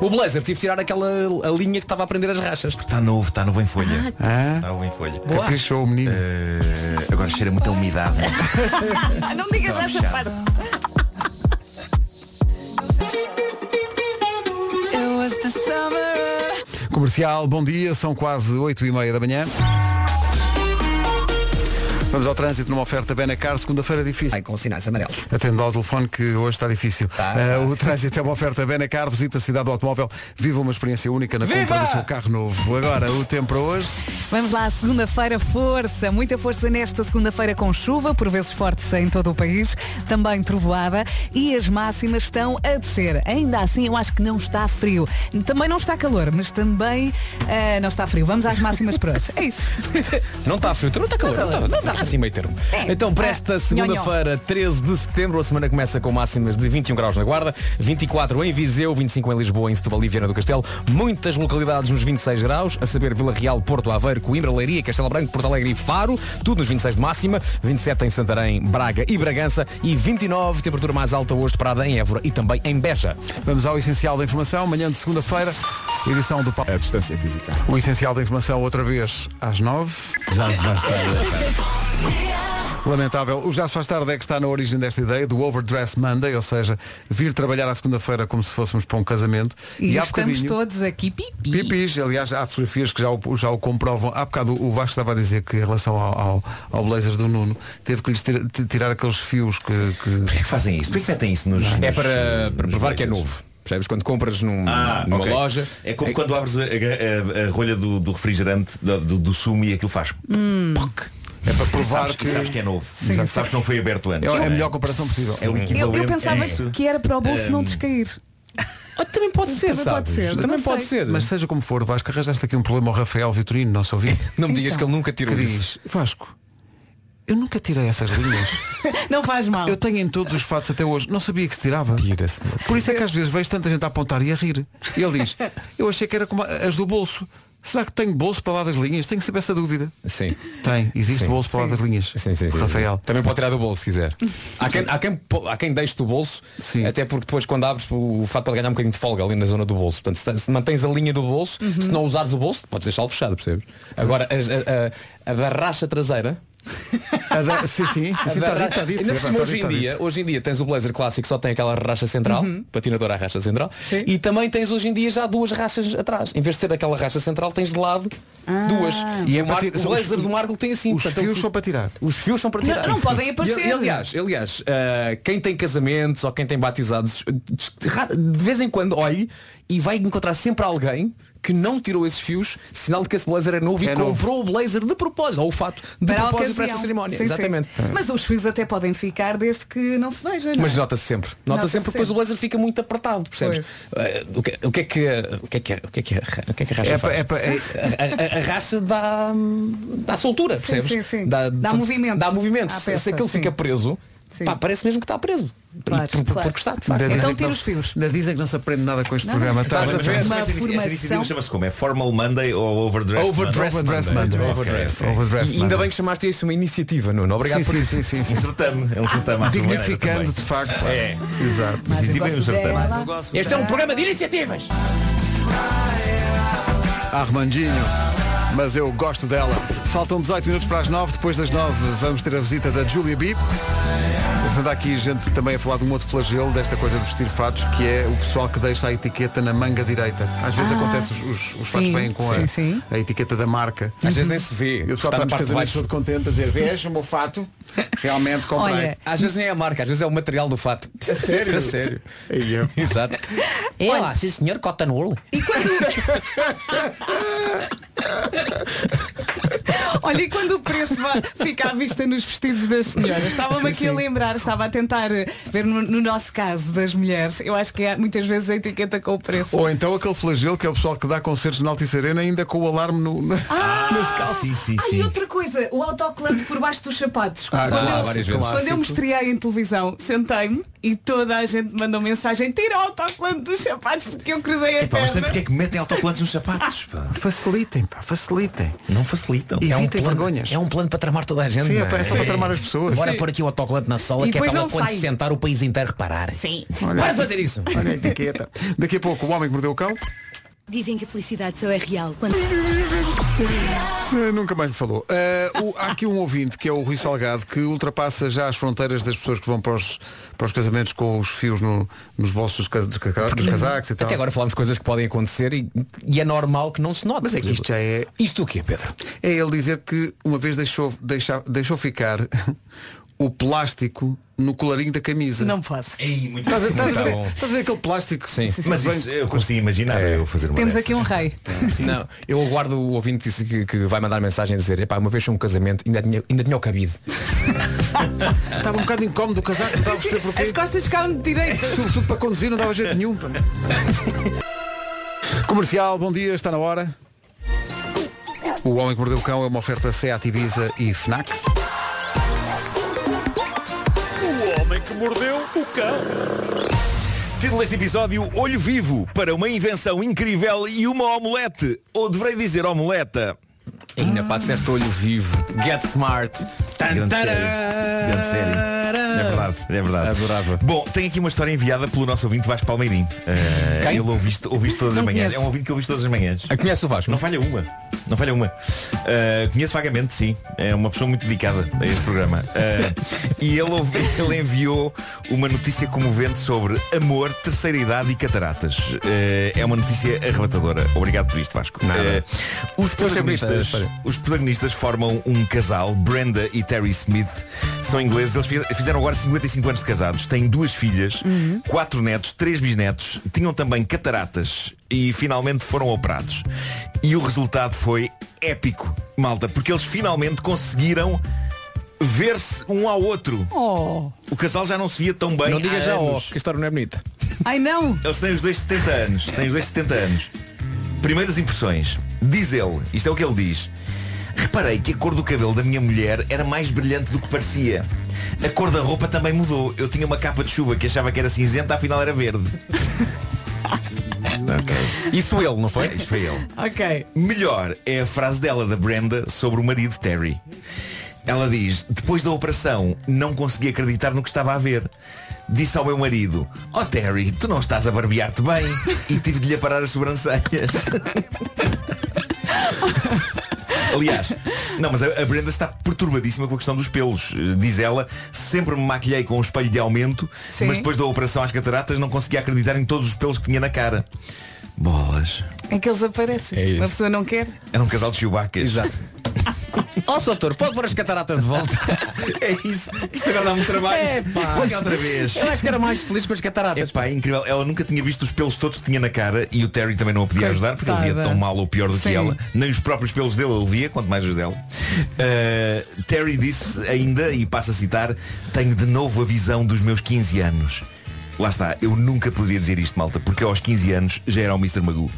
S5: O blazer, tive de tirar aquela a linha que estava a prender as rachas.
S11: Está novo, está novo em
S5: Ah,
S11: folha.
S5: tá.
S11: Está novo em folha. Eh,
S5: Boa.
S1: Caprichou o menino.
S11: agora cheira muita umidade. né?
S3: Ah, Não digas
S11: Tá
S3: essa
S11: fechado.
S3: parte.
S12: It was the summer of-
S1: Comercial, bom dia, são quase 8 e meia da manhã. Vamos ao trânsito numa oferta Benacar, segunda-feira é difícil.
S2: com sinais amarelos.
S1: Atendo ao telefone que hoje está difícil. Ah, o trânsito é uma oferta Benacar, visita a cidade do automóvel, viva uma experiência única na compra do seu carro novo. Agora, o tempo para hoje.
S3: Vamos lá, segunda-feira, força. Muita força nesta segunda-feira com chuva, por vezes forte em todo o país, também trovoada e as máximas estão a descer. Ainda assim, eu acho que não está frio. Também não está calor, mas também ah, não está frio. Vamos às máximas para hoje. É
S11: (laughs)
S3: isso.
S5: Não está frio, não está
S3: Não está
S5: calor, não está
S3: calor,
S5: não
S3: não
S5: está
S3: está
S5: assim meio termo.
S3: É.
S5: Então, para esta
S3: Ah,
S5: segunda-feira, 13 de setembro, a semana começa com máximas de 21 graus na Guarda, 24 em Viseu, 25 em Lisboa, em Setúbal e Viana do Castelo, muitas localidades nos 26 graus, a saber Vila Real, Porto Aveiro, Coimbra, Leiria, Castelo Branco, Porto Alegre e Faro, tudo nos 26 de máxima, 27 em Santarém, Braga e Bragança e 29, temperatura mais alta hoje parada em Évora e também em Beja.
S1: Vamos ao essencial da informação, manhã de segunda-feira, edição do Paulo. A distância física. O essencial da informação, outra vez, às 9. Já se vai Lamentável. O Já se faz tarde é que está na origem desta ideia do Overdress Monday, ou seja, vir trabalhar à segunda-feira como se fôssemos para um casamento.
S3: E,
S1: há
S3: estamos
S1: bocadinho-
S3: todos aqui pipi.
S1: Pipis, aliás, há fotografias que já o, já o comprovam. Há bocado o Vasco estava a dizer que em relação ao, ao, ao blazer do Nuno, teve que lhes tira- t- tirar aqueles fios que. que... Por
S11: que fazem isso? Por que metem isso eh, nos.
S5: É para, para provar que é novo. Percebes? Quando compras num,
S11: Ah,
S5: numa
S11: ok.
S5: loja.
S11: É como quando abres a, a- a- a rolha do, do refrigerante, do, do, do sumo e aquilo faz. É para
S1: provar
S11: sabes,
S1: que-
S11: sabes que é novo.
S1: Sim,
S11: sabes,
S1: sim.
S11: sabes que não foi aberto antes.
S1: É a
S11: não
S1: melhor comparação possível.
S11: É o
S3: Eu,
S11: equivalente
S3: eu
S11: a
S3: pensava
S11: isso. Ehm.
S3: que era para o bolso não
S11: Ahm,
S3: descair. Ah, também pode Também pode ser. não sei.
S1: Mas seja como for, Vasco, arranjaste aqui um problema ao Rafael Vitorino, nosso ouvinte.
S3: (laughs)
S5: Não me digas que ele nunca tirou
S1: que
S5: isso.
S1: diz, Vasco, eu nunca tirei essas
S5: (laughs)
S1: linhas.
S3: Não faz mal. Tipo,
S1: Eu tenho em todos os fatos até hoje. Não sabia que se tirava.
S5: Tira-se.
S1: Por isso é que às vezes vejo tanta gente a apontar e a rir. E ele diz, eu achei que era como as do bolso. Será que tenho bolso para lá das linhas? Tenho sempre essa dúvida.
S5: Sim.
S1: Tem, existe
S5: Sim.
S1: bolso para lá das linhas.
S5: Sim, sim, sim,
S1: Rafael.
S5: sim. Também pode tirar do bolso se quiser. Há quem, há quem, po- há quem deixe do bolso, até porque depois quando abres o, o fato pode ganhar um bocadinho de folga ali na zona do bolso. Portanto, se, ta- se mantens a linha do bolso, se não usares o bolso, podes deixá-lo fechado, percebes? Agora, as- a, a, a barracha traseira.
S1: A da- sim, sim, sim, sim, tá
S5: A barra-
S1: dito, tá dito.
S5: Ah, Ainda por
S1: Epá,
S5: cima,
S1: tá
S5: hoje,
S1: dito,
S5: em
S1: tá
S5: dia, hoje em dia tens o blazer clássico que só tem aquela racha central, patinadora à racha central, e também tens hoje em dia já duas rachas atrás. Em vez de ter aquela racha central, tens de lado
S3: Ah.
S5: duas.
S1: E é
S5: o,
S1: para
S5: Marco-
S1: ti-
S5: o
S1: são os-
S5: blazer do Marco tem assim.
S1: Os
S5: portanto,
S1: fios
S5: ele-
S1: são para tirar.
S5: os fios são para
S3: Não-
S5: tirar.
S3: não podem
S5: E-
S3: aparecer.
S5: e, aliás, aliás ah, quem tem casamentos ou quem tem batizados, raro- de vez em quando olhe e vai encontrar sempre alguém que não tirou esses fios, sinal de que esse blazer é novo
S1: É
S5: e
S1: novo.
S5: comprou o blazer de propósito, ou o fato de
S3: Para a
S5: propósito para
S3: ocasião.
S5: essa cerimónia.
S3: Sim, sim.
S5: Exatamente.
S1: É.
S3: Mas os fios até podem ficar desde que não se veja. Não
S5: Mas
S3: é?
S5: nota-se sempre. Nota-se
S3: Nota-se
S5: sempre que depois
S3: sempre.
S5: o blazer fica muito apertado, percebes? Eh, o, que, o que é que o que é que o que é que a ra- o que é que a racha
S1: É pa-
S5: faz?
S1: é pa- é-
S5: A- a, a racha dá dá soltura, percebes?
S3: sim, sim.
S5: Dá,
S3: Dá
S5: tu-
S3: movimento
S5: Dá movimento.
S3: à
S5: Se-
S3: peça,
S5: se aquilo
S3: sim.
S5: fica preso,
S3: Sim.
S5: pá, parece mesmo que está preso. E
S3: Claro,
S5: por, por-
S3: claro.
S5: Porque está, de
S1: Ainda
S5: facto.
S1: dizem
S3: Então
S1: que
S3: tira
S1: não
S3: os
S1: se-
S3: fios.
S1: Ainda dizem que não se aprende nada com este
S3: Não,
S1: programa.
S3: não.
S1: Tá,
S5: Estás a
S1: tá,
S5: ver?
S1: tá.
S3: Uma
S11: Esta iniciativa- esta iniciativa
S3: formação.
S11: chama-se como? É Formal Monday ou Overdressed
S5: Overdress
S11: Monday?
S1: Overdressed Monday.
S11: Ok,
S5: Overdress.
S11: ok.
S1: Overdress
S5: E ainda
S1: Monday.
S5: bem que chamaste isso uma iniciativa, Nuno. Obrigado
S1: Sim,
S5: por
S1: sim,
S5: isso.
S1: sim, sim, sim.
S11: Um certame, é um certame à sua maneira
S1: Dignificando de
S11: também.
S1: facto.
S11: É,
S1: Exato.
S11: Mas
S3: eu
S11: e bem
S3: gosto
S11: o certame.
S3: dela.
S5: Este é um programa de iniciativas.
S1: Armandinho. Mas eu gosto dela. Faltam 18 minutos para as 9. Depois das 9 vamos ter a visita da Julia B. Entretanto, há aqui gente também a falar de um outro flagelo desta coisa de vestir fatos, que é o pessoal que deixa a etiqueta na manga direita. Às vezes
S3: Ah.
S1: acontece, os, os, os fatos
S3: Sim,
S1: vêm com a,
S3: sim, sim.
S1: a etiqueta da marca.
S5: Às vezes nem se
S1: E
S5: vê.
S1: o
S5: Está
S1: pessoal
S5: na
S1: está nos
S5: parte de
S1: casamentos todo
S5: baixo.
S1: contente a dizer, veja o meu fato, realmente comprei.
S5: Às vezes nem é a marca, às vezes é o material do fato. A
S1: sério?
S5: (laughs) A É sério. Exato. É lá, sim senhor, Cottonwool.
S3: Olha, e quando o preço vai- fica à vista nos vestidos das senhoras? Estava-me
S13: Sim,
S3: aqui
S13: sim.
S3: a lembrar, estava a tentar eh, ver no, no nosso caso das mulheres. Eu acho que há muitas vezes a etiqueta com o preço.
S1: Ou então aquele flagelo que é o pessoal que dá concertos na Altice Arena ainda com o alarme no, Ah, na, (laughs) nas calças.
S11: Sim, sim,
S3: Ah, e outra coisa, o autocolante por baixo dos sapatos.
S1: Ah,
S3: quando,
S1: claro,
S3: eu,
S1: várias
S3: quando
S1: vezes.
S3: eu me estreiei em televisão, sentei-me e toda a gente mandou mensagem, tira o autocolante dos sapatos porque eu cruzei a
S11: Epá, mas também
S3: perna.
S11: porque é que metem autocolantes nos sapatos? Pá?
S1: Facilitem, pá, facilitem.
S11: Não facilitam.
S5: É um plano- É um plano para tramar toda a gente.
S11: Sim,
S5: não
S11: é só para tramar as pessoas.
S5: Bora
S11: Sim.
S5: pôr aqui o autocolante na sola,
S11: E
S5: que é para
S11: depois
S5: ela
S11: não
S5: quando
S11: sai.
S5: se sentar o país inteiro reparar. Sim. Para
S1: Olha,
S5: fazer isso.
S1: Olha a etiqueta. Daqui a pouco, o homem que mordeu o cão.
S7: Dizem que a felicidade só é real quando.
S1: Eh, Nunca mais me falou. Eh, o- há aqui um ouvinte, que é o Rui Salgado, que ultrapassa já as fronteiras das pessoas que vão para os, para os casamentos com os fios no- nos bolsos dos, cas- dos ca- dos casacos e tal.
S5: Até agora falámos coisas que podem acontecer e, e é normal que não se note. Mas é que isto já
S1: é.
S5: Isto o quê, Pedro?
S1: É ele dizer que uma vez deixou, deixa- deixou ficar (laughs) o plástico no colarinho da camisa. Não
S3: posso.
S1: Estás a, estás
S5: Tá
S1: a ver, estás
S5: é
S1: a ver aquele plástico? Sim.
S11: Mas isso eu consigo imaginar eu fazer uma
S3: Temos
S11: dessas.
S3: aqui um rei.
S5: Não, eu aguardo o ouvinte que, disse que- que vai mandar mensagem a dizer, epá, uma vez foi um casamento, ainda tinha, ainda tinha o cabide.
S1: Estava um bocado incómodo o casaco, não estava a perceber porquê.
S3: As costas ficaram direitas.
S1: Sobretudo para conduzir não dava jeito nenhum. pá. Comercial, bom dia, está na hora. O Homem que Mordeu o Cão é uma oferta Seat Ibiza e FNAC.
S12: O homem que mordeu o cão.
S11: Título deste episódio, Olho Vivo, para uma invenção incrível e uma omelete. Ou deverei dizer omeleta.
S5: Ainda pá, disseste olho vivo. Get smart.
S11: Grande série. Grande série. É verdade, é verdade. Adorava. Bom, tem aqui uma história enviada pelo nosso ouvinte Vasco Palmeirim. Eh,
S5: Quem?
S11: ele ouve isto, ouve isto todas
S5: Não
S11: as manhãs.
S5: conheço.
S11: É um ouvinte que ouve isto todas as manhãs.
S5: Conhece o Vasco?
S11: Não falha uma. Não falha uma. Eh, conheço vagamente, sim. É uma pessoa muito dedicada a este programa. Eh, e ele, ouve- (laughs) ele enviou uma notícia comovente sobre amor, terceira idade e cataratas. Eh, é uma notícia arrebatadora. Obrigado por isto, Vasco. Eh, os
S5: Eu achei bonita a
S11: protagonistas,
S5: história.
S11: os protagonistas formam um casal, Brenda e Terry Smith. São ingleses, eles fi- fizeram agora 55 anos de casados, têm duas filhas,
S3: Uhum.
S11: quatro netos, três bisnetos, tinham também cataratas e finalmente foram operados. E o resultado foi épico, malta, porque eles finalmente conseguiram ver-se um ao outro.
S3: Oh.
S11: O casal já não se via tão bem.
S5: Não diga
S11: há
S5: já, ó,
S11: anos.
S5: que a história não é bonita.
S3: Ai não!
S11: Eles têm os dois 70 anos. Têm os dois 70 anos. Primeiras impressões. Diz ele, isto é o que ele diz. Reparei que a cor do cabelo da minha mulher era mais brilhante do que parecia. A cor da roupa também mudou. Eu tinha uma capa de chuva que achava que era cinzenta, afinal
S5: (laughs)
S11: era verde.
S5: Isso ele, não foi?
S11: Isso foi ele.
S3: Ok.
S11: Melhor é a frase dela, da Brenda, sobre o marido Terry. Ela diz, depois da operação, não consegui acreditar no que estava a ver. Disse ao meu marido, oh Terry, tu não estás a barbear-te bem. E tive de lhe aparar as sobrancelhas. (laughs) Aliás, não, mas a a Brenda está perturbadíssima com a questão dos pelos. Eh, Diz ela, sempre me maquilhei com um espelho de aumento,
S12: Sim.
S11: mas depois da operação às cataratas não conseguia acreditar em todos os pelos que tinha na cara. Bolas.
S3: É que eles aparecem.
S11: É isso.
S3: Uma pessoa não quer.
S11: Era um casal de chubacas. Exato.
S5: (laughs) Ó, oh, doutor, pode pôr as cataratas de volta.
S11: (laughs) é isso. Isto agora dá-me trabalho. Põe outra vez.
S5: Eu acho que era mais feliz com as cataratas.
S11: Epá, é incrível. Ela nunca tinha visto os pelos todos que tinha na cara e o Terry também não a podia ajudar porque ele via
S5: Coitada.
S11: tão mal ou pior do que
S5: Sim.
S11: ela. Nem os próprios pelos dele ele via, quanto mais os dela. Uh, Terry disse ainda, e passo a citar, tenho de novo a visão dos meus 15 anos. Lá está, eu nunca poderia dizer isto, malta, porque eu aos 15 anos já era o Mr. Magoo.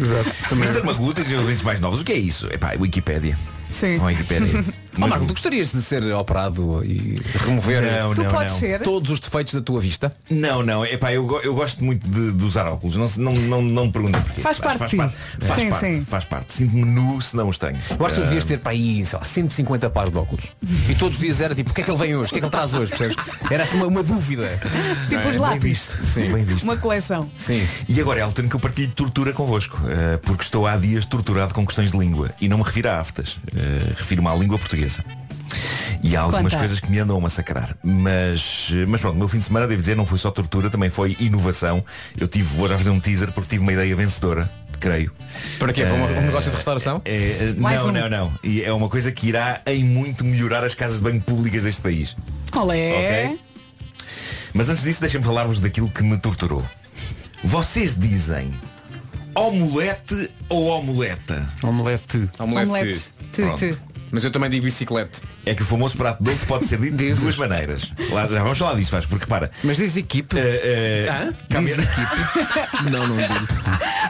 S1: Exato.
S11: Mr. Magoo, dizem os ouvintes mais novos, o que é isso? Epá, Wikipédia.
S3: Sim.
S11: Wikipédia.
S5: (laughs) Ó, Oh, Marco, tu gostarias de ser operado e remover
S11: Não, Tu não, podes não. ser?
S5: todos os defeitos da tua vista?
S11: Não, não, epá, eu, go- eu gosto muito de, de usar óculos, não, se- não, não, não me perguntem porquê.
S5: Faz parte
S11: Faz
S5: de ti.
S11: parte, faz
S5: Sim,
S11: parte,
S5: sim. Tipo
S11: faz parte. Sinto-me nu se não os tenho.
S5: Eu acho que tu
S11: Ah,
S5: devias ter para aí, sei lá, 150 pares de óculos. E todos os dias era tipo, o que é que ele vem hoje? O que é que ele traz hoje? Percebes? Era assim uma, uma dúvida.
S3: Tipo
S5: Não é?
S3: os lápis.
S11: Sim, bem visto.
S3: Uma coleção.
S5: Sim.
S11: E agora é a altura em que eu partilho tortura convosco, ah, porque estou há eh, dias torturado com questões de língua. E não me refiro a aftas, ah, refiro-me à língua portuguesa. E há algumas
S13: Conta.
S11: coisas que me andam a massacrar. Mas, eh, mas pronto, o meu fim de semana, devo dizer, não foi só tortura, também foi inovação. Eu tive, vou já fazer um teaser porque tive uma ideia vencedora, creio.
S5: Para quê? Para um- um negócio de
S11: restauração?
S5: Mais
S11: não,
S5: um.
S11: não, não. E é uma coisa que irá em muito melhorar as casas de banho públicas deste país.
S3: Olé.
S11: Ok? Mas antes disso, deixem-me falar-vos daquilo que me torturou. Vocês dizem omelete ou omeleta?
S1: Omelete.
S3: É um
S5: Omelete. Tu, tu.
S11: Mas eu também digo bicicleta. É que o famoso prato de ovo pode ser dito de duas maneiras. Lá, já vamos falar disso, faz, porque para.
S1: Mas diz equipe.
S11: diz equipe. É, não, não digo.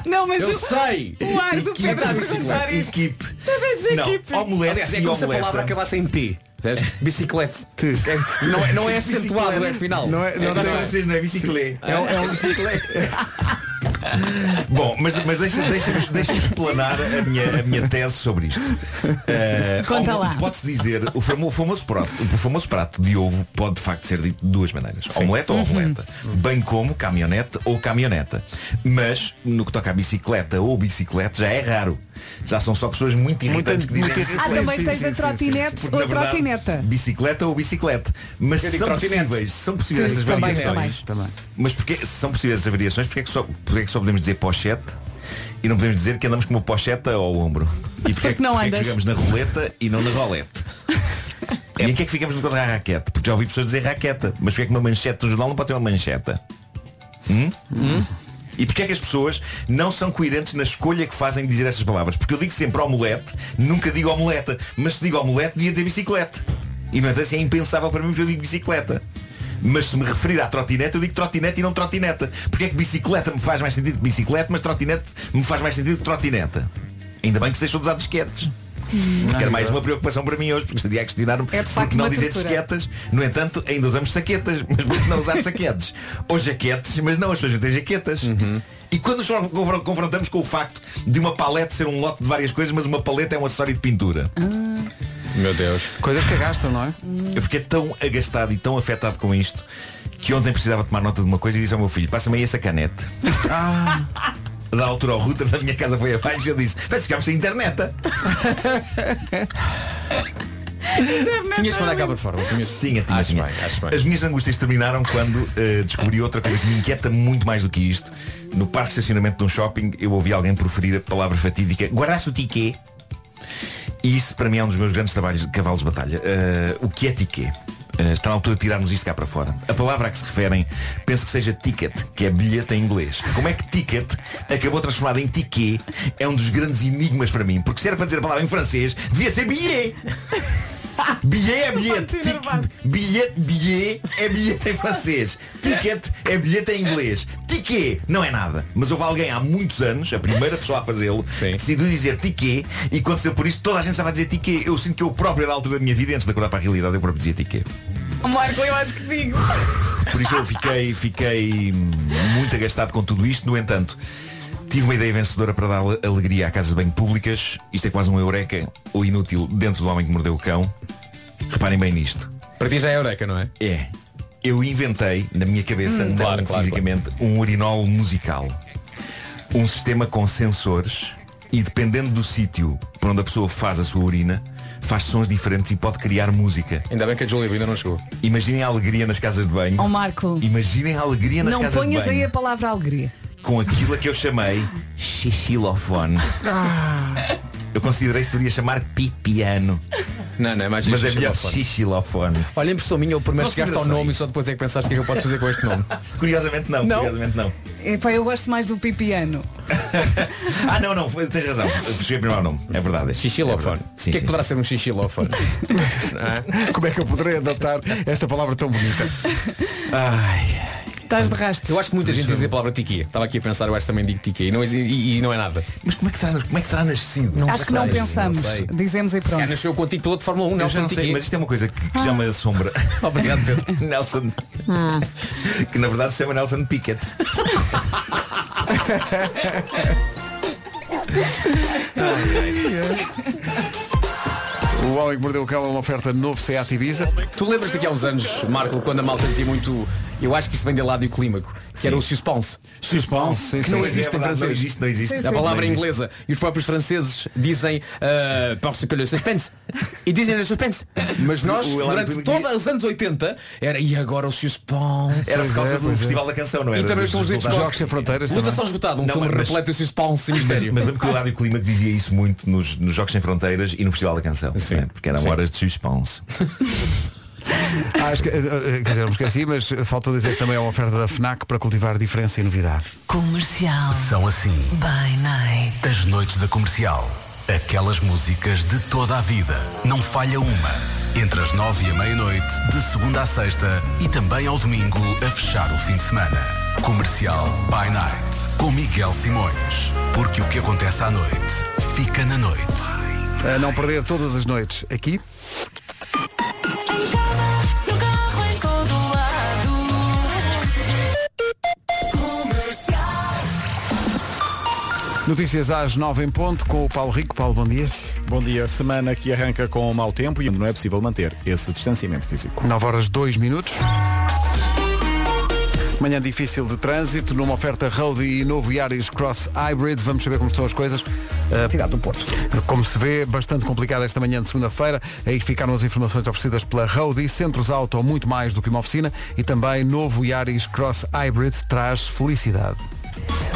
S3: Não, mas
S11: Eu
S3: o-
S11: sei.
S3: O ar do
S11: Equipe
S3: Pedro a
S11: da
S3: perguntar
S11: bicicleta.
S3: isto.
S11: Equipe.
S3: Talvez
S11: Não,
S3: equipe.
S11: omelete
S5: Aliás, é
S11: e
S5: como se a
S11: omeleta.
S5: palavra acabasse em T. percebes? Biciclete. É- não, é, não é acentuado, é final.
S11: Não é, não, não, francês, não é biciclete. É, um- é um biciclete. (laughs) Bom, mas, mas deixa-me deixa deixa explanar a minha, a minha tese sobre isto. Eh,
S3: Conta
S11: omel-
S3: lá.
S11: Pode-se dizer, o famo- o famoso, prato, o famoso prato de ovo pode de facto ser dito de duas maneiras. Omelete
S3: Uhum.
S11: ou omeleta. Bem como caminhonete ou caminhoneta. Mas, no que toca a bicicleta ou bicicleta, já é raro. Já são só pessoas muito irritantes que dizem isso.
S3: Ah, também tens a trotinete
S11: Porque,
S3: ou
S11: na
S3: a
S11: verdade,
S3: trotineta.
S11: Bicicleta ou bicicleta. Mas
S3: Eu digo
S11: são
S3: trotinete.
S11: possíveis, são possíveis
S3: Sim,
S11: estas
S3: também,
S11: variações. Mas porque são possíveis essas variações, porque é que só, porque é que só podemos dizer pochete e não podemos dizer que andamos com uma pocheta ao ombro? E porque, é que-
S3: não
S11: porque é que
S3: andas?
S11: jogamos na roleta e não na rolete?
S3: (laughs)
S11: E em que é que ficamos no contra a raquete? Porque já ouvi pessoas dizer raqueta, mas porque é que uma manchete do jornal não pode ter uma mancheta? Hum? E porquê é que as pessoas não são coerentes na escolha que fazem de dizer estas palavras? Porque eu digo sempre omelete, nunca digo omeleta, mas se digo omelete devia dizer bicicleta. E no entanto assim, é impensável para mim porque eu digo bicicleta. Mas se me referir à trotinete, eu digo trotinete e não trotineta. Porque é que bicicleta me faz mais sentido que bicicleta, mas trotinete me faz mais sentido que trotineta. Ainda bem que se deixou de usar disquetes. Porque era mais uma preocupação para mim hoje, porque estaria a questionar-me
S13: É de facto
S11: porque não
S13: uma
S11: dizer
S13: tortura.
S11: disquetas. No entanto, ainda usamos saquetas, mas porque
S13: (laughs)
S11: não usar saquetes? Ou jaquetes, mas não, as pessoas não têm jaquetas.
S13: Uhum.
S11: E quando nos confron- confrontamos com o facto de uma paleta ser um lote de várias coisas, mas uma paleta é um acessório de pintura.
S13: Uhum.
S11: Meu Deus.
S1: Coisas que gastam, não é?
S11: Eu fiquei tão agastado e tão afetado com isto que ontem precisava tomar nota de uma coisa e disse ao meu filho, passa-me aí essa caneta.
S13: Ah.
S11: (laughs) Da altura ao router da minha casa foi abaixo e eu disse, mas ficámos sem internet. ah." Tinhas que mandar cá para fora. Tinha, tinha, tinha. As minhas angústias terminaram quando eh, descobri outra coisa que me inquieta muito mais do que isto. No parque de estacionamento de um shopping, eu ouvi alguém proferir a palavra fatídica, guardaste o tiquê? E isso para mim é um dos meus grandes trabalhos de cavalos de batalha. Eh, o que é tiquê? Eh, está na altura de tirarmos isto cá para fora. A palavra a que se referem, penso que seja ticket, que é bilhete em inglês. Como é que ticket acabou transformado em tiquê? É um dos grandes enigmas para mim. Porque se era para dizer a palavra em francês, devia ser bilhete. Billet é bilhete. Tic- Bilhete, billet é bilhete em francês. Ticket é bilhete em inglês. Tiquê não é nada. Mas houve alguém há muitos anos, a primeira pessoa a fazê-lo, que decidiu dizer tiquê e aconteceu por isso toda a gente estava a dizer tiquê. Eu sinto que eu próprio, da altura da minha vida, antes de acordar para a realidade, eu próprio dizia tiquê.
S3: Oh, Marco, eu acho que digo.
S11: (laughs) Por isso eu fiquei, fiquei muito agastado com tudo isto. No entanto, tive uma ideia vencedora para dar ale- alegria à casa de banho públicas. Isto é quase um eureka ou inútil dentro do homem que mordeu o cão. Reparem bem nisto. Para ti já é eureka, não é? É. Eu inventei, na minha cabeça,
S5: Hum.
S11: não
S5: Claro, claro,
S11: fisicamente, um urinol musical. Um sistema com sensores e dependendo do sítio por onde a pessoa faz a sua urina, faz sons diferentes e pode criar música. Ainda bem que a Julia ainda não chegou. Imaginem a alegria nas casas de banho.
S3: Ó Marco,
S11: Imaginem a alegria nas
S3: Oh, não
S11: casas de
S3: ponhas
S11: banho
S3: aí a palavra alegria.
S11: com aquilo a que eu chamei xixilofone.
S3: Ah.
S11: Eu considerei se deveria chamar pipiano. Não, não, é
S5: mais
S11: Mas é melhor
S5: xixilofone.
S11: xixilofone.
S5: Olha, impressão minha, eu primeiro chegaste ao
S11: Considerações.
S5: nome e só depois é que pensaste o que é que eu posso fazer com este
S11: (laughs)
S5: nome.
S11: Curiosamente não,
S5: Não.
S11: curiosamente não.
S3: Epá, É, eu gosto mais do pipiano.
S11: Ah, não, não, foi- tens razão. Eu Cheguei primeiro ao nome. É verdade. Xixilofone.
S5: O que é que poderá ser um
S11: (laughs)
S5: xixilófone?
S1: Como é que eu poderei adaptar esta palavra tão bonita?
S3: Estás de rastro.
S5: Eu acho que muita gente diz a palavra tiquia. Estava aqui a pensar, eu acho que também digo tiquia. E não, exi- e, e não é nada.
S11: Mas como é que terá, como é que terá nascido?
S3: acho que não pensamos.
S5: sei.
S3: Dizemos e
S5: Se calhar
S3: pronto.
S5: nasceu com o tipo piloto de Fórmula 1,
S11: Eu já
S5: Nelson
S11: não sei,
S5: Tiquê. (laughs)
S11: mas isto é uma coisa que, que chama sombra. Obrigado, Pedro. Nelson. Que na verdade se chama Nelson Pickett.
S1: O Homem que Mordeu o Cão é uma oferta novo Seat Ibiza.
S5: Tu lembras-te que há uns anos, Marco, quando a malta dizia muito Eu acho que isto vem de lado e clímaco, que era o suspense.
S10: Suspense, sim,
S5: que
S10: sim,
S5: não
S10: sim.
S5: existe
S10: É
S5: em
S10: verdade,
S5: francês.
S10: não existe, não existe. Sim,
S5: A
S10: sim.
S5: palavra
S10: Não
S5: é
S10: existe.
S5: inglesa. E os próprios franceses dizem uh, parce que le suspense. E dizem le suspense. Mas nós,
S11: O Elan
S5: durante
S11: Clímaco
S5: todos os anos 80, era e agora o suspense.
S11: Era por causa do Festival da Canção, não era?
S5: E também
S11: Dos
S5: os convidados
S11: resultados.
S5: é? Jogos Sem Fronteiras também. Lutação esgotada, um filme repleto de suspense e
S11: Mas-
S5: mistério.
S11: Mas lembro que o Ládio Clima que dizia isso muito nos, nos Jogos Sem Fronteiras e no Festival da Canção. não é? Porque eram
S1: Sim.
S11: horas de suspense.
S1: Ah, esque- eh, eh, quer dizer, me esqueci, mas falta dizer que também é uma oferta da FNAC para cultivar diferença e novidade.
S13: Comercial.
S14: São assim
S13: By night.
S14: as noites da comercial. Aquelas músicas de toda a vida. Não falha uma. Entre as nove e a meia-noite, de segunda à sexta e também ao domingo, a fechar o fim de semana. Comercial By Night. Com Miguel Simões. Porque o que acontece à noite, fica na noite.
S1: A não perder todas as noites aqui. Notícias às 9 em ponto com o Paulo Rico. Paulo, bom dia.
S10: Bom dia. Semana que arranca com mau tempo e não é possível manter esse distanciamento físico.
S1: 9 horas 2 minutos. Manhã difícil de trânsito, numa oferta Road e novo Yaris Cross Hybrid. Vamos saber como estão as coisas.
S2: Cidade do Porto.
S1: Como se vê, bastante complicada esta manhã de segunda-feira. Aí ficaram as informações oferecidas pela Road e Centros Auto, muito mais do que uma oficina. E também novo Yaris Cross Hybrid traz felicidade.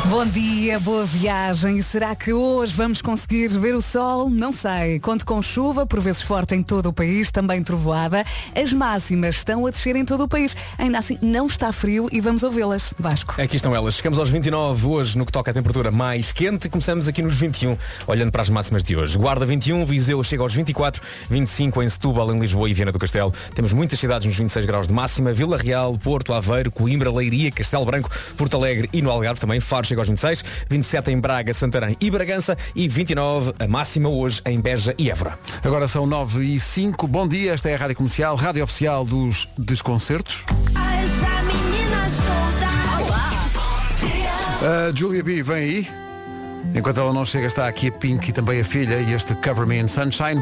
S3: Bom dia, boa viagem. Será que hoje vamos conseguir ver o sol? Não sei. Conto com chuva, por vezes forte em todo o país, também trovoada. As máximas estão a descer em todo o país. Ainda assim, não está frio e vamos ouvi-las. Vasco.
S5: Aqui estão elas. Chegamos aos 29 hoje no que toca à temperatura mais quente. Começamos aqui nos 21, olhando para as máximas de hoje. Guarda 21, Viseu chega aos 24, 25 em Setúbal, em Lisboa e Viana do Castelo. Temos muitas cidades nos 26 graus de máxima. Vila Real, Porto, Aveiro, Coimbra, Leiria, Castelo Branco, Porto Alegre e no Algarve também. Faro chega aos 26, 27 em Braga, Santarém e Bragança e 29 a máxima hoje em Beja e Évora.
S1: Agora são 9 e 5. Bom dia, esta é a Rádio Comercial, Rádio Oficial dos Desconcertos. A Julia B vem aí. Enquanto ela não chega, está aqui a Pink e também a filha e este Cover Me in Sunshine.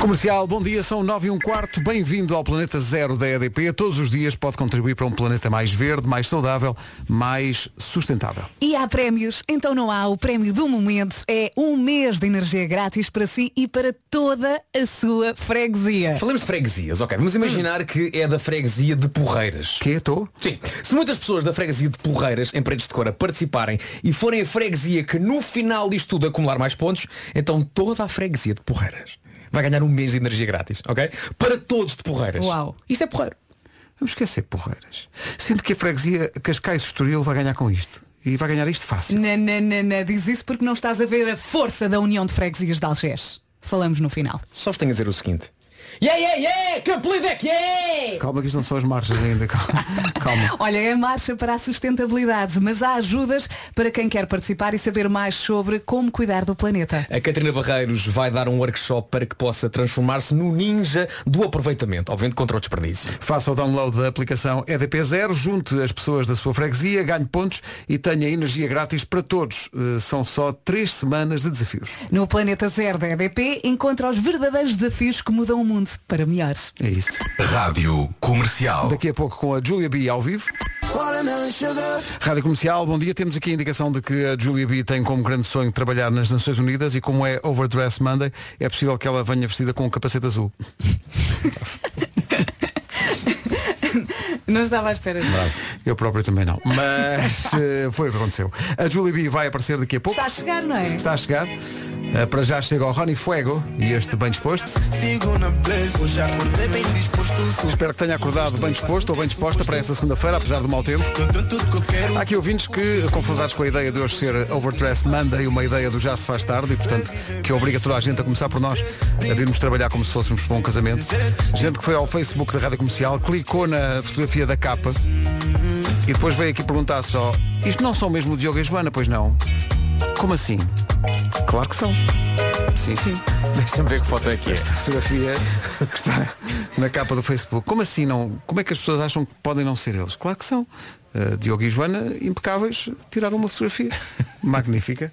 S1: Comercial, bom dia, são 9 e um quarto, bem-vindo ao Planeta Zero da EDP. Todos os dias pode contribuir para um planeta mais verde, mais saudável, mais sustentável.
S3: E há prémios, então não há. O prémio do momento é um mês de energia grátis para si e para toda a sua freguesia.
S5: Falamos de freguesias, ok. Vamos imaginar que é da freguesia de Porreiras.
S1: Que é, estou?
S5: Sim. Se muitas pessoas da freguesia de Porreiras, em Paredes de Cora, participarem e forem a freguesia que no final disto tudo acumular mais pontos, então toda a freguesia de Porreiras vai ganhar um mês de energia grátis, ok? Para todos de Porreiras.
S3: Uau.
S5: Isto é porreiro.
S1: Vamos esquecer porreiras. Sinto que a freguesia Cascais Estoril vai ganhar com isto. E vai ganhar isto fácil.
S3: Não, não, não, não. né, Diz isso porque não estás a ver a força da União de Freguesias de Algés. Falamos no final.
S5: Só vos tenho a dizer o seguinte. Yeah, yeah, yeah! Que apelido é que é?
S1: Calma que isto não são as marchas ainda. Calma. Calma.
S3: Olha, é marcha para a sustentabilidade, mas há ajudas para quem quer participar e saber mais sobre como cuidar do planeta.
S5: A Catarina Barreiros vai dar um workshop para que possa transformar-se no ninja do aproveitamento, obviamente contra o desperdício.
S1: Faça o download da aplicação EDP Zero, junte as pessoas da sua freguesia, ganhe pontos e tenha energia grátis para todos. Eh, São só três semanas de desafios.
S3: No Planeta Zero da EDP encontra os verdadeiros desafios que mudam o mundo para melhor.
S1: É isso.
S14: Rádio Comercial.
S1: Daqui a pouco com a Julia B ao vivo. Rádio Comercial, bom dia. Temos aqui a indicação de que a Julia B tem como grande sonho trabalhar nas Nações Unidas e como é Overdress Monday, é possível que ela venha vestida com um capacete azul.
S3: Não estava à espera disso.
S1: Eu próprio também não. Mas (laughs) eh, foi o que aconteceu. A Julie B vai aparecer daqui a pouco.
S3: Está a chegar, não é?
S1: Está a chegar. Eh, para já chega ao Rony Fuego e este bem disposto. Espero que tenha acordado bem disposto ou bem disposta para esta segunda-feira, apesar do mau tempo. Há aqui ouvintes que, confrontados com a ideia de hoje ser Overdress Monday, uma ideia do já se faz tarde e, portanto, que obriga toda a gente a começar por nós, a virmos trabalhar como se fôssemos para um casamento. Gente que foi ao Facebook da Rádio Comercial, clicou na fotografia da capa e depois veio aqui perguntar só Isto não são mesmo o Diogo e a Joana, pois não? Como assim? Claro que são Sim, sim
S5: Deixa-me ver que foto é que é
S1: Esta fotografia (laughs) que está na capa do Facebook Como assim não? Como é que as pessoas acham que Eh, podem não ser eles? Claro que são Uh, Diogo e Joana, impecáveis, tiraram uma fotografia Magnífica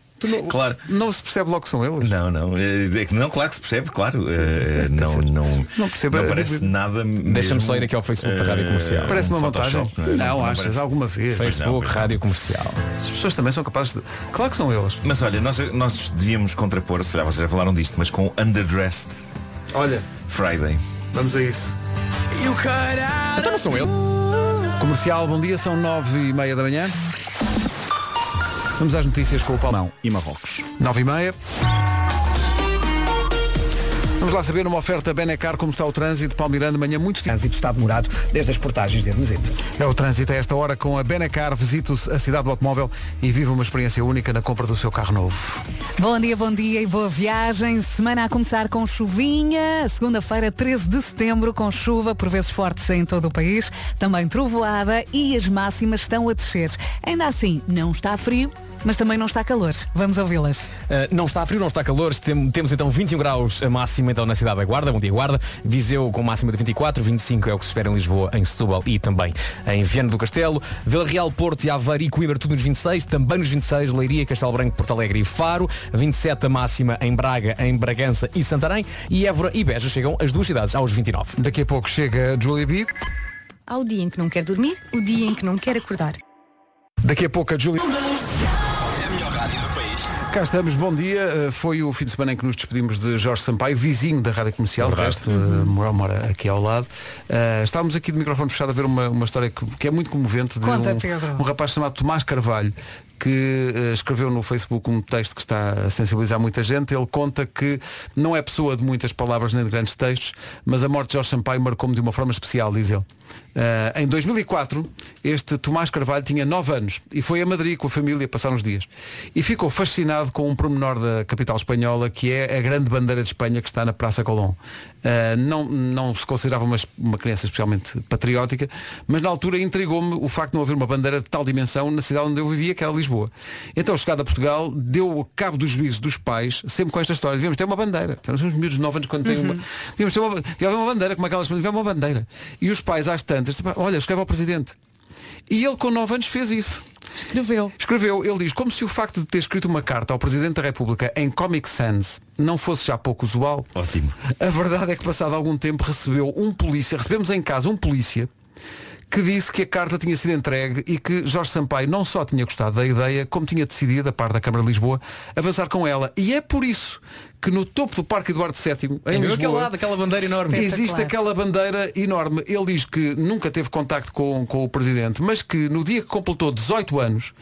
S11: claro.
S1: Não se percebe logo que são eles?
S11: Não, não. É é que não, claro que se percebe, claro.
S1: (laughs)
S11: Eh, não, não,
S1: não percebo.
S11: Não parece
S1: Digo-
S11: nada.
S1: Deixa-me
S11: mesmo,
S1: só ir aqui ao Facebook da
S11: eh,
S1: Rádio Comercial. Parece uma
S11: Photoshop,
S1: montagem.
S11: é?
S1: Não, achas? Alguma vez?
S11: Pois não,
S1: Facebook,
S11: pois não.
S1: Rádio Comercial. As pessoas também são capazes de. Claro que são eles.
S11: Mas olha, nós, nós devíamos contrapor, se já vocês já falaram disto, mas com Underdressed
S1: Olha,
S11: Friday.
S1: vamos a isso. Então não são eles. Comercial, bom dia, são nove e meia da manhã. Vamos às notícias com o Palmão
S10: e Marrocos.
S1: Nove e meia. Vamos lá saber uma oferta Benecar como está o trânsito. Palmiranda, manhã muito
S2: Trânsito está demorado desde as portagens de Hermesito.
S1: É o trânsito a esta hora com a Benacar. Visite a cidade do automóvel e viva uma experiência única na compra do seu carro novo.
S3: Bom dia, bom dia e boa viagem. Semana a começar com chuvinha. Segunda-feira, 13 de setembro, com chuva, por vezes forte em todo o país. Também trovoada e as máximas estão a descer. Ainda assim, não está frio, mas também não está calor. Vamos ouvi-las.
S5: Uh, não está frio, não está calor. Tem- temos então 21 graus a máxima então na cidade da Guarda. Bom dia, Guarda. Viseu com máxima de 24, 25 é o que se espera em Lisboa, em Setúbal e também em Viana do Castelo. Vila Real, Porto e Aveiro e Coimbra tudo nos 26, também nos 26, Leiria, Castelo Branco, Porto Alegre e Faro. 27 a máxima em Braga, em Bragança e Santarém. E Évora e Beja chegam as duas cidades aos 29.
S1: Daqui a pouco chega a Julia B.
S8: Há o dia em que não quer dormir, o dia em que não quer acordar.
S1: Daqui a pouco a Julia. Cá estamos, bom dia. Uh, Foi o fim de semana em que nos despedimos de Jorge Sampaio, vizinho da Rádio Comercial, de resto, uh, mora, mora aqui ao lado. Uh, estávamos aqui de microfone fechado a ver uma, uma história que, que é muito comovente de
S3: Conta,
S1: um,
S3: Pedro.
S1: um rapaz chamado Tomás Carvalho, que uh, escreveu no Facebook um texto que está a sensibilizar muita gente. Ele conta que não é pessoa de muitas palavras nem de grandes textos, mas a morte de Jorge Sampaio marcou-me de uma forma especial, diz ele. Uh, em 2004, este Tomás Carvalho tinha 9 anos e foi a Madrid com a família passar uns dias. E ficou fascinado com um promenor da capital espanhola, que é a grande bandeira de Espanha que está na Praça Colón. Uh, não, não se considerava uma, es- uma criança especialmente patriótica, mas na altura intrigou-me o facto de não haver uma bandeira de tal dimensão na cidade onde eu vivia, que era Lisboa. Então, chegado a Portugal, deu cabo dos juízes dos pais, sempre com esta história. Devíamos ter uma bandeira. Temos uns miúdos de 9 anos quando tem uma. Devíamos ter uma, devíamos uma bandeira, como aquelas. Devíamos uma bandeira. E os pais, às tantas, tipo, olha, escreve ao presidente. E ele, com 9 anos, fez isso.
S3: Escreveu.
S1: Escreveu, ele diz, como se o facto de ter escrito uma carta ao Presidente da República em Comic Sans não fosse já pouco usual.
S11: Ótimo.
S1: A verdade é que passado algum tempo recebeu um polícia, recebemos em casa um polícia que disse que a carta tinha sido entregue e que Jorge Sampaio não só tinha gostado da ideia, como tinha decidido, a par da Câmara de Lisboa, avançar com ela. E é por isso que no topo do Parque Eduardo VII, em
S5: É
S1: Lisboa,
S5: mesmo aquele lado, aquela bandeira enorme.
S1: existe
S5: Espetacular.
S1: aquela bandeira enorme. Ele diz que nunca teve contacto com, com o presidente, mas que no dia que completou 18 anos,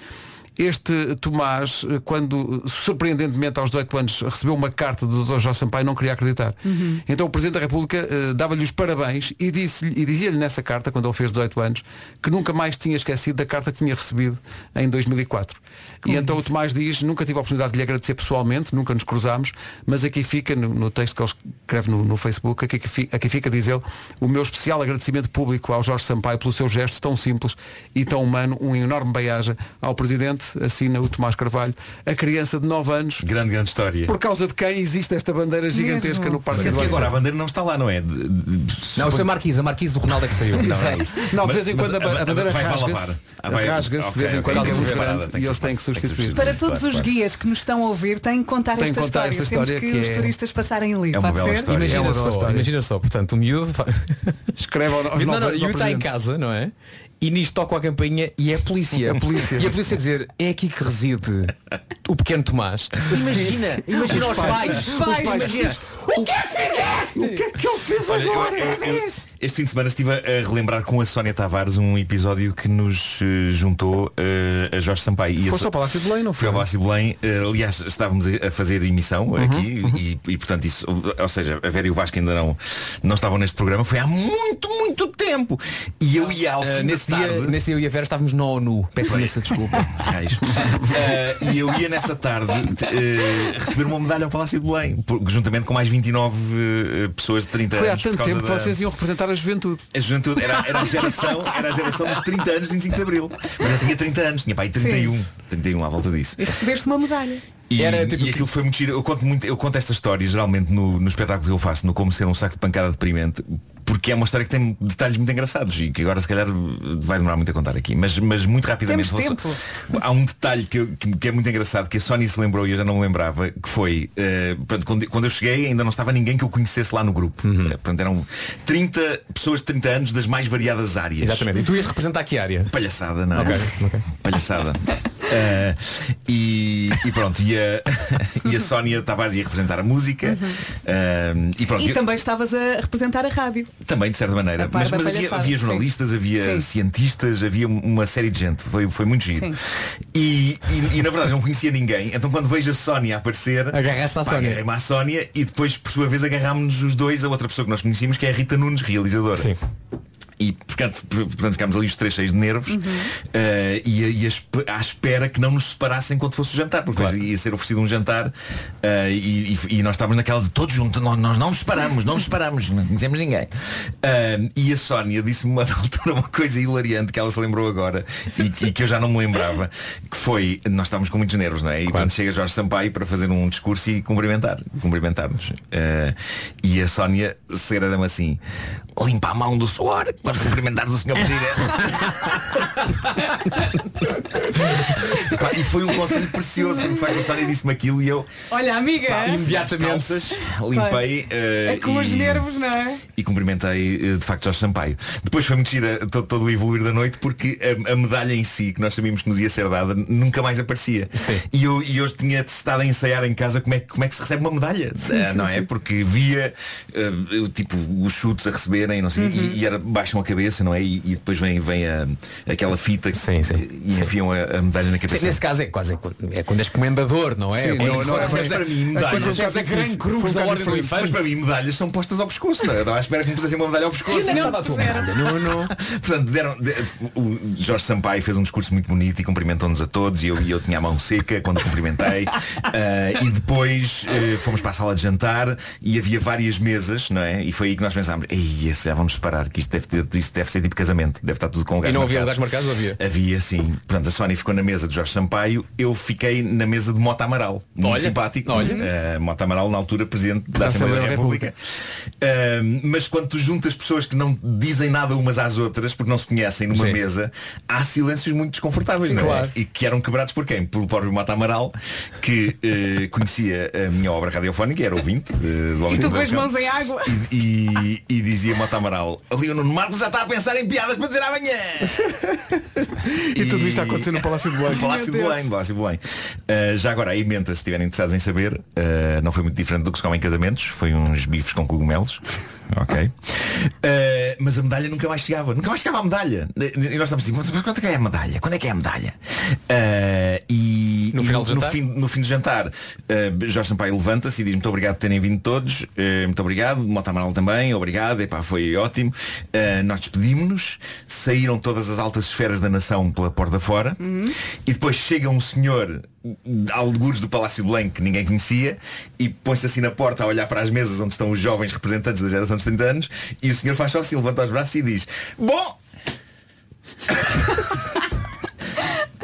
S1: este Tomás, eh, quando eh, surpreendentemente aos 18 anos recebeu uma carta do Dr. Jorge Sampaio, não queria acreditar.
S15: Uhum.
S1: Então o Presidente da República eh, dava-lhe os parabéns e, disse-lhe- e dizia-lhe nessa carta, quando ele fez 18 anos, que nunca mais tinha esquecido da carta que tinha recebido em 2004. e então o Tomás diz, nunca tive a oportunidade de lhe agradecer pessoalmente, nunca nos cruzámos, mas aqui fica, no, no texto que ele escreve no, no Facebook, aqui, fi- aqui fica, diz ele, o meu especial agradecimento público ao Jorge Sampaio pelo seu gesto tão simples e tão humano, um enorme beiaja ao Presidente, assina o Tomás Carvalho, a criança de 9 anos,
S11: Grande, grande história.
S1: por causa de quem existe esta bandeira gigantesca no Parque
S11: Sendo que
S1: Eduardo
S11: agora a
S1: Santos.
S11: bandeira não está lá, não é?
S5: Não, isso é Marquise, a Marquise do Ronaldo é que saiu.
S11: Não,
S5: Exato.
S11: é isso.
S1: Não, de
S11: Mas-
S1: vez em
S11: mas
S1: quando a,
S11: a-
S1: ba- a
S11: a-
S1: bandeira
S11: vai lavar.
S1: rasga-se.
S11: Ah, vai-
S1: Rasga-se de vez em
S11: ok,
S1: quando
S11: ok,
S1: é muito
S11: tem que ser
S1: grande
S11: parada, tem
S1: e
S11: que
S1: eles
S11: ser
S1: têm que
S11: parada, tem que ser
S1: substituir.
S3: Para todos os guias que nos estão a ouvir, têm que contar
S1: Têm que
S3: esta
S1: contar
S3: história.
S1: esta
S3: Temos
S1: história
S3: que,
S1: que
S3: os
S1: é-
S3: turistas passarem livre, pode ser?
S5: Imagina,
S1: É uma
S5: só,
S1: bela história.
S5: imagina só, portanto, o
S1: (laughs)
S5: miúdo fa-
S1: escreve ao, aos nove
S5: Não, não,
S1: anos
S5: e o
S1: ao
S5: está em
S1: presidente.
S5: casa, não é? E nisto toca a campainha e é a polícia.
S1: A polícia.
S5: E a polícia dizer, é aqui que reside o pequeno Tomás. Imagina,
S1: Sim.
S5: imagina
S1: Os
S5: os
S1: pais.
S5: pais.
S1: Os
S5: Os
S1: pais,
S5: pais,
S1: imagina.
S5: imagina.
S1: O que é que fizeste? O que é que eu fiz
S11: Olha, eu-
S1: agora?
S11: eu- eu- Este fim de semana estive a a relembrar com a Sónia Tavares um episódio que nos eh, juntou eh, a Jorge Sampaio. E a
S1: Foste
S11: So-
S1: ao Palácio de Belém, não
S11: Fui
S1: foi? Uhum,
S11: ao Palácio de Belém, eh, aliás, estávamos a a fazer emissão aqui E, e, portanto isso, ou seja, a Vera e o Vasco ainda não, não estavam neste programa, foi há muito, muito tempo. E eu e a
S1: Eh,
S11: Alfa
S5: Ah, nesse, dia, nesse dia eu e a Vera estávamos na ONU. Peço imensa
S11: (laughs)
S5: desculpa.
S1: (laughs)
S11: Raios. Eh, e eu ia nessa tarde eh, receber uma medalha ao Palácio de Belém, por- juntamente com mais 29 eh, pessoas de 30
S1: Foi há
S11: anos. por
S1: tanto
S11: causa
S1: tempo que
S11: da-
S1: vocês iam representar a juventude.
S11: a juventude era, era a geração, era a geração dos 30 um, anos, de 25 de Abril. Mas eu tinha 30 anos, tinha pai 31, 31 à volta disso.
S3: E recebeste uma medalha.
S11: E,
S5: Era tipo
S11: e aquilo foi muito giro. Eu conto, muito, eu conto esta história geralmente no, no espetáculo que eu faço, no Como Ser um Saco de Pancada Deprimente, porque é uma história que tem detalhes muito engraçados e que agora se calhar vai demorar muito a contar aqui. Mas, mas muito rapidamente.
S3: Temos
S11: vou
S3: tempo.
S11: Há um detalhe que, eu- que- que é muito engraçado, que a Sónia se lembrou e eu já não me lembrava, que foi, eh, portanto, quando, quando eu cheguei ainda não estava ninguém que eu conhecesse lá no grupo. Eh, portanto, eram 30 pessoas de 30 anos das mais variadas áreas.
S5: Exatamente. E tu ias representar que área?
S11: Palhaçada, não é?
S5: Ok,
S11: Palhaçada. (laughs) Eh, e, e pronto, e a, e a (laughs) Sónia Tavares ia representar a música. eh, e pronto,
S3: Uhum. E
S11: eu-
S3: também estavas a representar a rádio.
S11: também, de certa maneira.
S3: A par
S11: Mas,
S3: da
S11: mas havia,
S3: palhaçada,
S11: havia
S3: sim.
S11: jornalistas, havia
S3: Sim.
S11: cientistas, havia uma série de gente. Foi, foi muito giro.
S3: Sim.
S11: E, e- e, na verdade eu não conhecia ninguém. Então quando vejo a Sónia aparecer,
S5: Agarraste à
S11: pá,
S5: Sónia.
S11: agarrei-me à Sónia e depois, por sua vez, agarrámos-nos os dois a outra pessoa que nós conhecíamos, que é a Rita Nunes, realizadora. E portanto, portanto ficámos ali os três cheios de nervos eh, e, a- e a esp- à espera que não nos separassem quando fosse o jantar, porque depois ia ser oferecido um jantar eh, e, e- e nós estávamos naquela de todos juntos, nós, nós não nos separamos, não nos separamos, não conhecemos ninguém. Ah, e a Sónia disse-me uma (laughs) na altura uma coisa hilariante que ela se lembrou agora e, que- e que eu já não me lembrava, que foi, nós estávamos com muitos nervos, não é? E quando chega Jorge Sampaio para fazer um discurso e cumprimentar, cumprimentar-nos. Eh, e a Sónia cera-me assim, limpa a mão do suor, que vamos cumprimentar o senhor presidente. (laughs) Pá, e foi um conselho precioso, porque de facto a Sónia disse-me aquilo e eu
S3: Olha, amiga.
S11: pá, imediatamente limpei eh,
S3: É com os
S11: e-
S3: nervos, não é?
S11: e cumprimentei eh, de facto Jorge Sampaio. Depois foi muito gira todo, todo o evoluir da noite porque a, a medalha em si, que nós sabíamos que nos ia ser dada, nunca mais aparecia. E eu, e eu tinha estado a ensaiar em casa como é, que- como é que se recebe uma medalha. Ah, não é? Porque via eh, eu, tipo os chutes a receberem não sei,
S5: Uhum.
S11: e, e era, baixam a cabeça, não é? E, e depois vem, vem a- aquela fita e enfiam a, a medalha na cabeça.
S5: Sim, nesse caso é quase é quando és comendador, não é?
S11: Sim,
S5: É quando
S11: não,
S5: tu
S11: não,
S5: recebes
S11: mas
S5: a-
S11: para mim,
S5: a- é
S11: medalhas.
S5: quando recebes a grande
S11: Foi
S5: cruz
S11: um
S5: da
S11: bocado
S5: ordem do
S11: diferente.
S5: infante.
S11: Mas para mim medalhas são postas ao pescoço. Não, é? eu estava à espera que me pusessem uma medalha ao pescoço.
S5: E onde é que estava a tua medalha? Não, não.
S11: (laughs) Portanto, deram, de- o Jorge Sampaio fez um discurso muito bonito e cumprimentou-nos a todos e eu, e eu tinha a mão seca quando
S5: (laughs)
S11: cumprimentei. Ah, e depois eh, fomos para a sala de jantar e havia várias mesas, não é? E foi aí que nós pensámos, ei, se já vamos separar, que isto deve, ter, isto deve ser tipo casamento, deve estar tudo com lugares
S5: E não havia
S11: marcados.
S5: lugares marcados, ou havia?
S11: Havia sim. Portanto, a Sónia ficou na mesa de Jorge Sampaio, eu fiquei na mesa de Mota Amaral. Muito
S5: Olha,
S11: simpático.
S5: olha.
S11: Eh, Mota Amaral, na altura, presidente da Assembleia da República. Eh, mas quando tu juntas pessoas que não dizem nada umas às outras, porque não se conhecem numa
S5: Sim.
S11: mesa, há silêncios muito desconfortáveis,
S5: Sim,
S11: não é?
S5: claro.
S11: E que eram quebrados por quem? Pelo próprio Mota Amaral, que eh, conhecia a minha obra radiofónica, era ouvinte. eh, do Homem
S3: E
S11: do
S3: tu com as
S11: Balcão.
S3: mãos em água.
S11: E, e dizia Mota Amaral, ali o Nuno Marcos já está a pensar em piadas para dizer amanhã.
S1: (laughs) E tudo isto a acontecer no Palácio de Belém.
S11: No Palácio de
S1: Meu Deus.
S11: Belém, no Palácio de Belém. Uh, já agora, a emenda, se estiverem interessados em saber, uh, não foi muito diferente do que se come em casamentos, foi uns bifes
S1: (laughs)
S11: com cogumelos. Ok. Uh, mas a medalha nunca mais chegava. Nunca mais chegava a medalha. E nós estamos assim, mas quanto é que é a medalha? Quando é que é a medalha? Uh, e
S5: No
S11: e
S5: final do
S11: no
S5: jantar?
S11: fim, no fim do jantar, uh, Jorge Sampaio levanta-se e diz muito obrigado por terem vindo todos, uh, muito obrigado, Mota Amaral também, obrigado, epá, foi ótimo. Uh, nós despedimos-nos, saíram todas as altas esferas da nação pela porta fora e depois chega um senhor de algures do Palácio de Belém que ninguém conhecia e põe-se assim na porta a olhar para as mesas onde estão os jovens representantes da geração dos 30 anos e o senhor faz só assim, levanta os braços e diz Bom,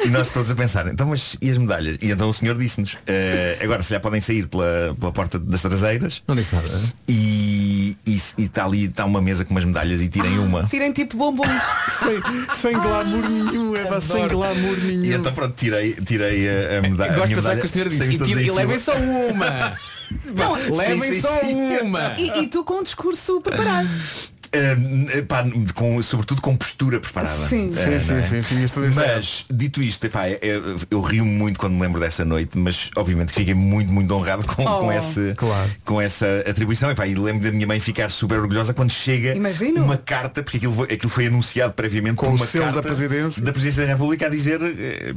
S11: E nós todos a pensar, então mas e as medalhas? E então o senhor disse-nos, eh, agora se já podem sair pela, pela porta das traseiras.
S5: Não disse nada.
S11: E e está ali, está uma mesa com umas medalhas e
S5: Ah,
S11: tirem uma.
S3: Tirem tipo bombons.
S1: sem, sem glamour nenhum, Eva, sem
S11: Adoro.
S1: glamour nenhum.
S11: E então pronto, tirei, tirei a, a meda- a minha medalha.
S5: (laughs) Gosto de pensar é que o senhor disse
S11: saímos
S5: e,
S11: todos
S5: tira-
S11: em
S5: e
S11: fila.
S5: levem só uma. (laughs)
S3: Não,
S5: levem
S11: sim,
S5: só
S11: sim.
S5: uma.
S3: E, e tu com um discurso preparado.
S11: Eh, pá, com, sobretudo com postura preparada.
S3: Sim.
S11: Eh,
S1: Sim,
S11: não
S1: sim,
S11: é?
S1: sim, tinhas tudo
S11: Mas, dito isto, epá, é- é- eu, rio-me muito quando me lembro dessa noite, mas obviamente fiquei muito, muito honrado com,
S3: Oh.
S11: com, esse- com essa atribuição. Epá, e lembro da minha mãe ficar super orgulhosa quando chega
S3: Imagino.
S11: uma carta, porque aquilo, foi- aquilo foi anunciado previamente
S1: Com
S11: por
S1: o
S11: uma
S1: selo da
S11: carta
S1: presidência.
S11: da Presidência da República a dizer. eh,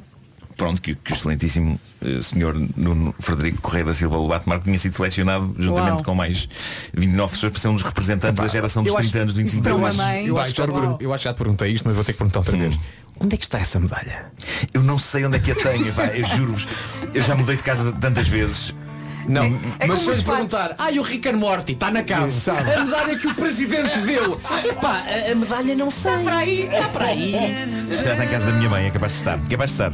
S11: Pronto, que, que o excelentíssimo eh, senhor Nuno Frederico Correia da Silva Lobato Marco tinha sido selecionado juntamente
S3: Uau.
S11: com mais 29 pessoas para ser um dos representantes da geração dos
S5: eu
S11: 30
S5: acho-
S11: anos do
S5: isso
S11: 25
S5: para
S11: de
S5: uma
S11: agosto.
S3: é mãe-
S5: Eu acho, que já te
S3: Uau.
S5: pergun- eu acho que já te perguntei isto, mas vou ter que perguntar outra
S3: Hum.
S5: vez. Onde é que está essa medalha?
S11: Eu não sei onde é que a tenho, pá, eu juro-vos. Eu já mudei de casa tantas vezes.
S5: Não,
S3: é como
S5: mas se
S3: os
S5: eu lhe
S3: fatos.
S5: perguntar, ai o Rick and Morty está na casa,
S1: sabe.
S5: a medalha que o presidente deu, epá, a, a medalha não sei. Está para aí, está para aí.
S11: Se calhar está em casa da minha mãe, é capaz de estar. Capaz de estar.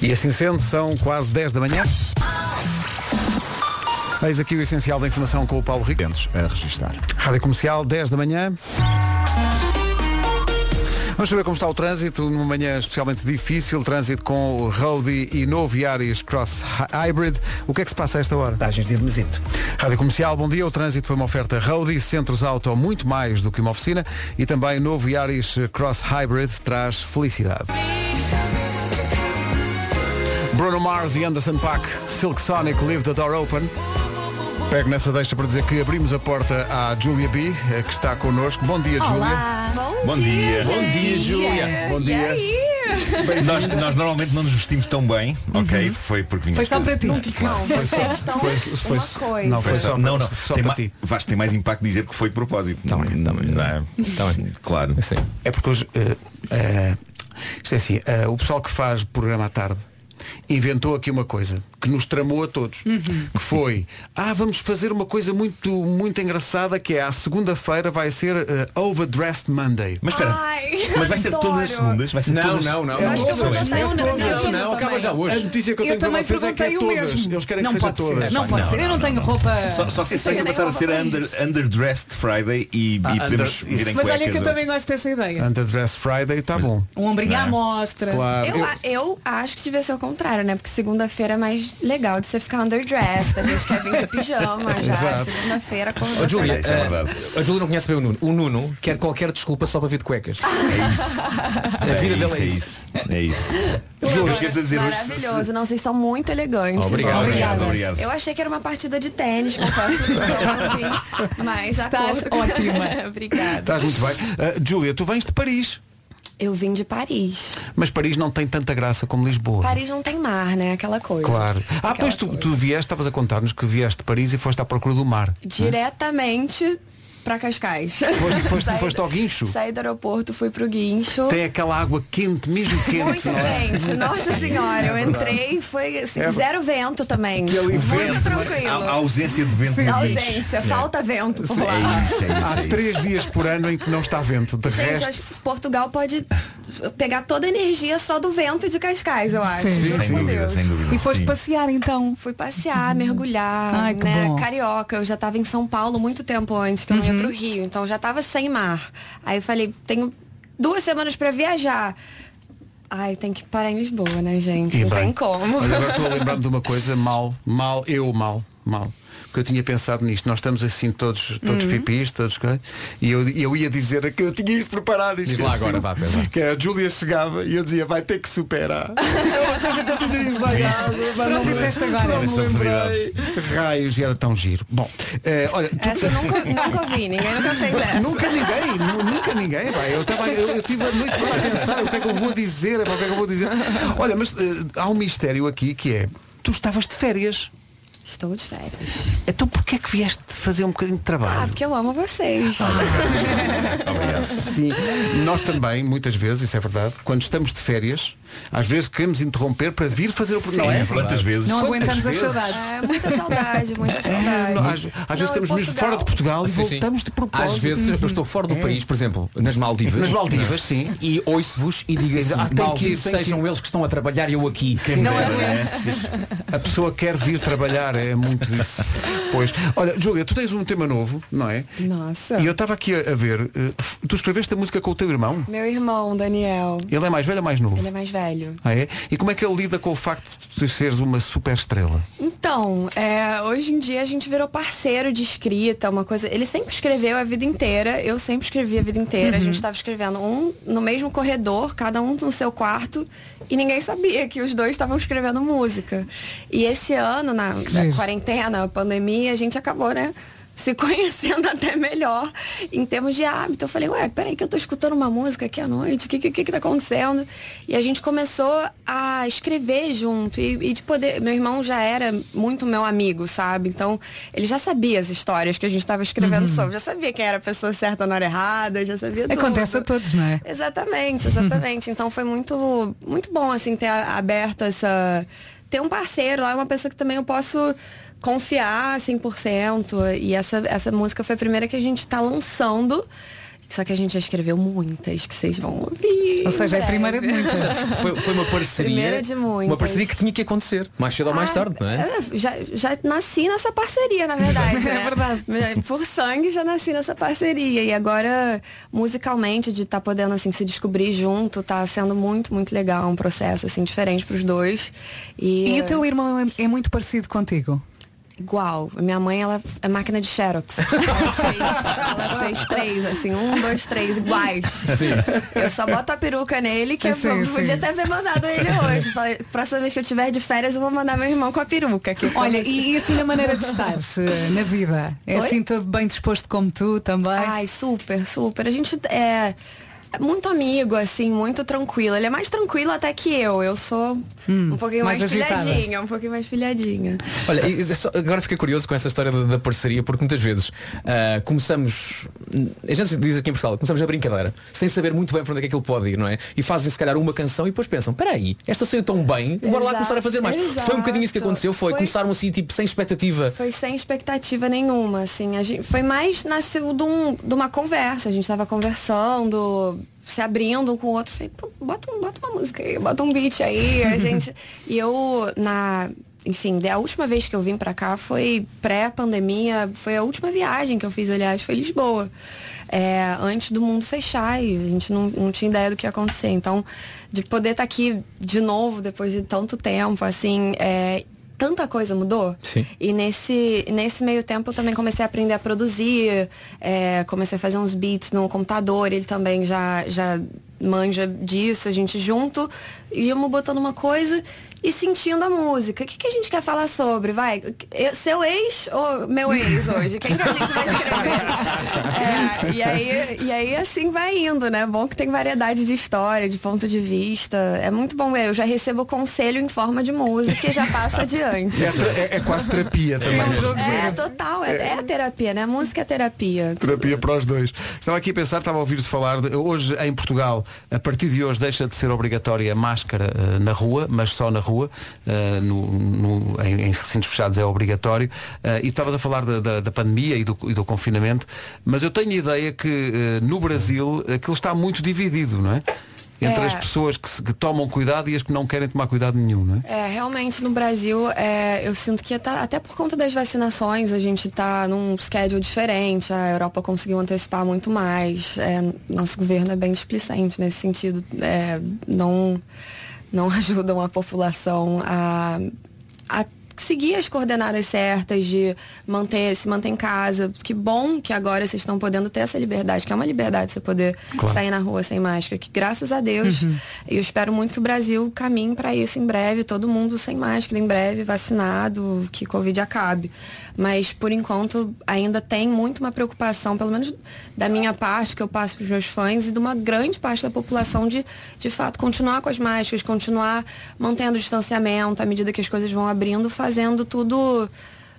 S1: E assim sendo, são quase 10 da manhã. Eis aqui o essencial da informação com o Paulo Riquentes a registrar. Rádio Comercial, 10 da manhã. Vamos saber como está o trânsito, numa manhã especialmente difícil, trânsito com o Rody e novo Yaris Cross Hybrid. O que é que se passa a esta hora?
S2: Tagens de Hermesito.
S1: Rádio Comercial, bom dia. O trânsito foi uma oferta Rody, centros auto muito mais do que uma oficina e também novo Yaris Cross Hybrid traz felicidade. Bruno Mars e Anderson Paak, Silk Sonic, Leave the Door Open. Pego nessa deixa para dizer que abrimos a porta à Julia B, eh, que está connosco. Bom dia,
S8: Olá.
S1: Júlia.
S11: Bom dia. Bom dia, Júlia.
S1: Bom dia.
S11: Nós, nós normalmente não nos vestimos tão bem, ok? Foi porque vinha
S3: Foi só para ti. Não,
S1: tipo,
S11: Foi só-
S3: foi,
S11: foi-
S1: Não, foi só-
S11: não, não.
S1: só
S11: tem
S1: para
S11: ma- Vasco, tem mais impacto dizer que foi de propósito. Está bem, está bem. Claro.
S1: É porque hoje. eh, eh, isto é assim, eh, o pessoal que faz programa à tarde inventou aqui uma coisa que nos tramou a todos. Que foi, ah, vamos fazer uma coisa muito, muito engraçada que é à segunda-feira vai ser eh, Overdressed Monday.
S11: Mas espera,
S8: Ai,
S11: mas vai ser todas as É um- segundas? Vai ser
S1: não,
S11: todas-
S1: não, não,
S11: Eu
S1: não.
S11: acho que
S5: é
S1: Todas, todas,
S11: todas, não, não,
S1: todas.
S11: não, não, acaba já hoje.
S1: A notícia que eu, tenho para vocês é que é todas. Eles querem
S3: não
S1: que seja
S3: pode
S1: todas.
S3: Ser. Não pode ser. Eu não, tenho roupa.
S11: Só, só se
S3: não
S11: a sexta
S3: tenho nem
S11: passar a
S3: roupa
S11: ser
S3: para
S11: under,
S3: isso.
S11: Underdressed Friday e, e
S1: Ah,
S11: podemos
S1: under-
S11: ir em
S3: Mas
S11: cuecas. é?
S3: olha que eu também gosto dessa ideia.
S1: Underdressed Friday, está bom.
S3: Um ombrinho
S1: Não
S3: à
S1: é?
S3: mostra.
S1: Claro.
S15: Eu, a- eu acho que devia ser o contrário, né? Porque segunda-feira é mais legal de você ficar underdressed. A gente quer vir de pijama
S10: (laughs)
S15: já.
S5: Exato.
S15: Segunda-feira,
S5: Ó,
S15: acordar
S5: Júlia,
S15: cedo.
S11: é
S5: eh, a Júlia não conhece bem o Nuno. O Nuno quer qualquer desculpa só para vir de
S3: (laughs)
S5: cuecas. A
S11: É
S5: vida
S11: isso,
S5: dela é
S11: é
S5: isso.
S11: É isso.
S5: Júlia,
S15: Maravilhoso, não, vocês são muito elegantes.
S11: Obrigado, obrigado, obrigado.
S15: Eu achei que era uma partida de tênis, confesso,
S3: (laughs)
S15: então, enfim, mas
S3: Estás
S15: a cor-
S3: ótima.
S15: (laughs)
S3: Tá.
S15: Obrigada.
S1: Estás muito bem. Ah, Júlia, tu vens de Paris,
S15: Eu vim de Paris.
S1: mas Paris não tem tanta graça como Lisboa.
S15: Paris não tem mar, né? Aquela coisa.
S1: Claro. Ah, pois tu, tu vieste, estavas a contar-nos que vieste de Paris e foste à procura do mar.
S15: Diretamente pra Cascais.
S1: Foste, foste,
S15: Saí-
S1: foste ao guincho.
S15: Saí do aeroporto, fui pro guincho.
S1: Tem aquela água quente, mesmo quente.
S15: Muito
S1: não é?
S15: quente, nossa senhora, eu entrei, foi assim,
S1: É
S15: zero vento também.
S11: O
S15: Muito
S11: vento,
S15: tranquilo.
S11: a, a ausência de vento
S15: Sim.
S11: no bicho.
S15: ausência, falta vento por
S1: né? Sim.
S11: é
S1: é
S15: lá.
S1: Há três dias por ano em que não está vento. De
S15: Gente,
S1: resto.
S15: acho que Portugal pode pegar toda a energia só do vento de Cascais, eu acho.
S1: Sim,
S15: Juro
S1: sem
S15: por
S1: dúvida,
S15: Deus.
S1: sem dúvida.
S3: E foste passear então?
S15: Fui passear,
S1: Uhum.
S15: mergulhar,
S3: Ai, que
S15: né?
S3: bom.
S15: Carioca, eu já tava em São Paulo muito tempo antes que eu
S1: Uhum.
S15: não ia pro Rio, então já tava sem mar. Aí eu falei, tenho duas semanas pra viajar. Ai, tem que parar em Lisboa, né, gente?
S1: E
S15: não
S1: bem.
S15: tem
S1: (laughs)
S15: como.
S1: Olha, agora estou
S15: (laughs)
S1: a lembrar-me de uma coisa mal, mal, eu mal, mal. Porque eu tinha pensado nisto. Nós estamos assim todos, todos
S15: Uhum.
S1: pipis, todos. coisa, E eu, e eu ia dizer que eu tinha isto preparado. e
S5: Diz lá
S1: esqueci-me.
S5: agora, vá, Pedro.
S1: Que a Júlia chegava e eu dizia, vai ter que
S15: (laughs)
S1: superar. É uma coisa que eu tinha ensaiado,
S12: Viste?
S1: mas
S12: Não
S1: me
S12: disseste
S1: lembro.
S12: agora.
S1: Não me
S12: Essa
S5: é
S1: lembrei. Raios, e era tão giro. Bom, eh, olha. tu-
S15: Essa eu nunca, nunca vi, ninguém nunca fez essa.
S1: Nunca ninguém, nu- nunca ninguém, vai. Eu, tava, eu, eu tive a noite para pensar o que é que eu vou dizer, epá, o que é que eu vou dizer. Olha, mas eh, há um mistério aqui que é, tu estavas de férias.
S15: Estou de férias.
S1: Então porquê é que vieste fazer um bocadinho de
S15: Ah,
S1: trabalho?
S15: porque eu amo vocês.
S1: Ah,
S11: é.
S1: Sim, nós também, muitas vezes, isso é verdade, quando estamos de férias, às vezes queremos interromper para vir fazer o programa.
S11: Sim,
S1: Não é?
S11: quantas vezes?
S3: Não
S1: Quantas
S3: aguentamos as
S1: vezes?
S3: saudades.
S15: É, muita saudade, muita
S1: É,
S15: saudade.
S1: nós- às, às vezes estamos mesmo fora de Portugal e
S5: Sim, sim.
S1: voltamos de propósito.
S5: Às vezes eu estou fora do
S1: É.
S5: país, por exemplo, nas Maldivas.
S1: Nas
S5: (laughs)
S1: Maldivas, sim.
S5: E ouço-vos e digo assim,
S1: Ah, tem que ir,
S5: Maldivas,
S1: tem que ir."
S5: sejam eles que estão a trabalhar e eu aqui.
S1: Quem me dera, é? A pessoa quer vir trabalhar, é muito isso. Pois. Olha, Júlia, tu tens um tema novo, não é?
S15: Nossa.
S1: E eu estava aqui a, a ver, eh, f- tu escreveste a música com o teu irmão?
S15: Meu irmão, Daniel.
S1: Ele é mais velho ou mais novo?
S15: Ele é mais velho.
S1: Ah, é? E como é que ele lida com o facto de tu seres uma super estrela?
S15: Então, é, hoje em dia a gente virou parceiro de escrita, uma coisa. Ele sempre escreveu a vida inteira, eu sempre escrevi a vida inteira. A gente estava escrevendo um no mesmo corredor, cada um no seu quarto, e ninguém sabia que os dois estavam escrevendo música. E esse ano, na, na
S9: giro.
S15: quarentena, a pandemia, a gente acabou, né? Se (laughs) conhecendo até melhor em termos de hábito. Eu falei, ué, peraí que eu tô escutando uma música aqui à noite, o que, que, que que tá acontecendo? E a gente começou a escrever junto e, e de poder. Meu irmão já era muito meu amigo, sabe? Então, ele já sabia as histórias que a gente tava escrevendo
S3: Uhum.
S15: sobre, já sabia quem era a pessoa certa na hora errada, já sabia tudo.
S3: Acontece a todos, não é?
S15: (laughs)
S3: (laughs)
S15: Exatamente, exatamente. Então foi muito, muito bom assim ter a- aberto essa ter um parceiro lá, uma pessoa que também eu posso confiar 100%. E essa essa música foi a primeira que a gente tá lançando Só que a gente já escreveu muitas que vocês vão ouvir.
S3: Ou seja, é a primeira de muitas.
S5: Foi, foi uma parceria.
S15: Primeira de muitas.
S5: Uma parceria que tinha que acontecer. Mais cedo ou mais
S15: Ah,
S5: tarde, não é?
S15: é, Já, já nasci nessa parceria, na verdade. né?
S3: É verdade.
S15: Por sangue já nasci nessa parceria. E agora, musicalmente, de estar podendo assim se descobrir junto, tá sendo muito, muito legal. Um processo assim diferente pros dois. E,
S3: E o teu irmão é- é muito parecido contigo?
S15: Igual. Minha mãe, ela é máquina de Xerox. Ela fez, ela fez três, assim, um, dois, três, iguais.
S16: Sim.
S15: Eu só boto a peruca nele, que
S16: Sim,
S15: eu
S16: sim.
S15: podia até ter mandado ele hoje. Falei, Próxima vez que eu tiver de férias, eu vou mandar meu irmão com a peruca. Que eu
S3: Olha,
S15: prometo.
S3: e, e assim na maneira de estar eh, na vida? É
S15: Oi?
S3: assim todo bem disposto como tu também?
S15: Ai, super, super. A gente é muito amigo, assim, muito tranquilo. Ele é mais tranquilo até que eu. Eu sou um pouquinho
S5: Hum, mais
S15: mais,
S5: agitada.
S15: filhadinha, um pouquinho mais filhadinha.
S5: Olha, e- e só- agora fiquei curioso com essa história da, da parceria, porque muitas vezes ah, começamos, a gente diz aqui em Portugal, começamos a brincadeira, sem saber muito bem para onde é que aquilo pode ir, não é? E fazem se calhar uma canção e depois pensam, peraí, esta saiu tão bem, bora lá
S15: Exato,
S5: começar a fazer mais. Foi um bocadinho isso que
S15: exato.
S5: aconteceu, foi,
S15: Foi-
S5: começaram assim, tipo, sem expectativa.
S15: Foi sem expectativa nenhuma, assim. A gente, foi mais, nasceu de, um- de uma conversa. A gente tava conversando, se abrindo um com o outro. Falei, "Pô, bota, um- bota uma música aí, bota um beat aí. A gente. e eu, na. Enfim, da última vez que eu vim pra cá foi pré-pandemia, foi a última viagem que eu fiz, aliás, foi Lisboa. É, antes do mundo fechar e a gente não, não tinha ideia do que ia acontecer. Então, de poder estar aqui de novo depois de tanto tempo, assim, é, tanta coisa mudou.
S16: Sim.
S15: E nesse, nesse meio tempo eu também comecei a aprender a produzir, é, comecei a fazer uns beats no computador, ele também já, já manja disso, a gente junto, íamos botando uma coisa e sentindo a música. O que, que a gente quer falar sobre? Vai, eu- seu ex ou meu ex hoje? Quem que a gente vai escrever? É, e, aí, e aí assim vai indo, né? Bom que tem variedade de história, de ponto de vista. É muito bom. Eu já recebo conselho em forma de música e já passo adiante.
S1: É, é- um é quase terapia também.
S15: É, total, é, é a terapia, né? Música é terapia.
S1: Terapia para os dois. Estava aqui a pensar, estava a ouvir-te falar, de, hoje em Portugal, a partir de hoje deixa de ser obrigatória a máscara eh, na rua, mas só na rua, eh, no- no- em, em recintos fechados é obrigatório. Eh, e estavas a falar da, da- da pandemia e do, e do confinamento, mas eu tenho a ideia que eh, no Brasil aquilo está muito dividido, não é? Entre
S15: É.
S1: as pessoas que, se- que tomam cuidado e as que não querem tomar cuidado nenhum, não é?
S15: É, realmente no Brasil, é, eu sinto que tá- até por conta das vacinações, a gente tá num schedule diferente, a Europa conseguiu antecipar muito mais. é, nosso governo é bem displicente nesse sentido. é, não, não (laughs) ajudam a população a, a seguir as coordenadas certas, de manter, se manter em casa. Que bom que agora vocês estão podendo ter essa liberdade, que é uma liberdade você poder
S16: Claro.
S15: sair na rua sem máscara, que graças a Deus.
S16: Uhum.
S15: E eu espero muito que o Brasil caminhe para isso em breve, todo mundo sem máscara, em breve, vacinado, que Covid acabe. Mas, por enquanto, ainda tem muito uma preocupação, pelo menos da minha parte, que eu passo para os meus fãs, e de uma grande parte da população de, de fato, continuar com as máscaras, continuar mantendo o distanciamento à medida que as coisas vão abrindo, fazendo tudo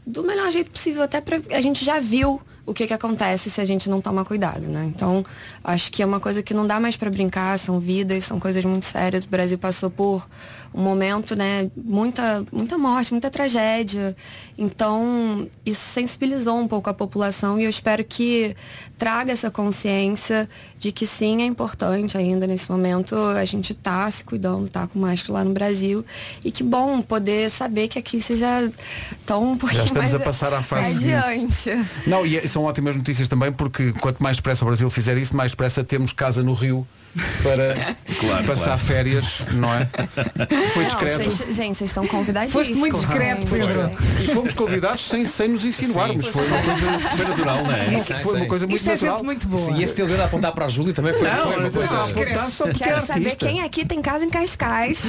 S15: do melhor jeito possível, até pra, a gente já viu o que, que acontece se a gente não tomar cuidado, né? Então, acho que é uma coisa que não dá mais para brincar, são vidas, são coisas muito sérias. O Brasil passou por um momento, né? Muita, muita morte, muita tragédia. Então, isso sensibilizou um pouco a população e eu espero que traga essa consciência de que sim, é importante ainda nesse momento a gente tá se cuidando, tá com máscara lá no Brasil. E que bom poder saber que aqui vocês já estão um pouquinho
S1: estamos
S15: mais
S1: a passar à fase seguinte.
S15: adiante.
S1: Não, e é- são ótimas notícias também porque quanto mais depressa o Brasil fizer isso, mais depressa temos casa no Rio
S5: (laughs)
S1: para
S11: Claro,
S1: passar
S11: claro.
S1: férias, não é? Foi
S15: Não,
S1: discreto.
S15: vocês- gente, vocês estão convidados.
S3: Foste muito discreto, Pedro.
S1: E fomos convidados sem, sem nos insinuarmos. Foi uma coisa
S5: Foi natural, não é?
S1: Uma-
S5: Sim,
S1: Foi
S5: sim.
S1: uma coisa muito
S3: Isto é gente
S1: natural.
S3: muito boa.
S5: Sim, e esse teu dedo a apontar para a Júlia também foi,
S1: Não,
S5: foi uma
S1: não,
S5: coisa. assim.
S1: não, apontar só porque é
S15: Quero saber
S1: artista.
S15: quem aqui tem casa em Cascais.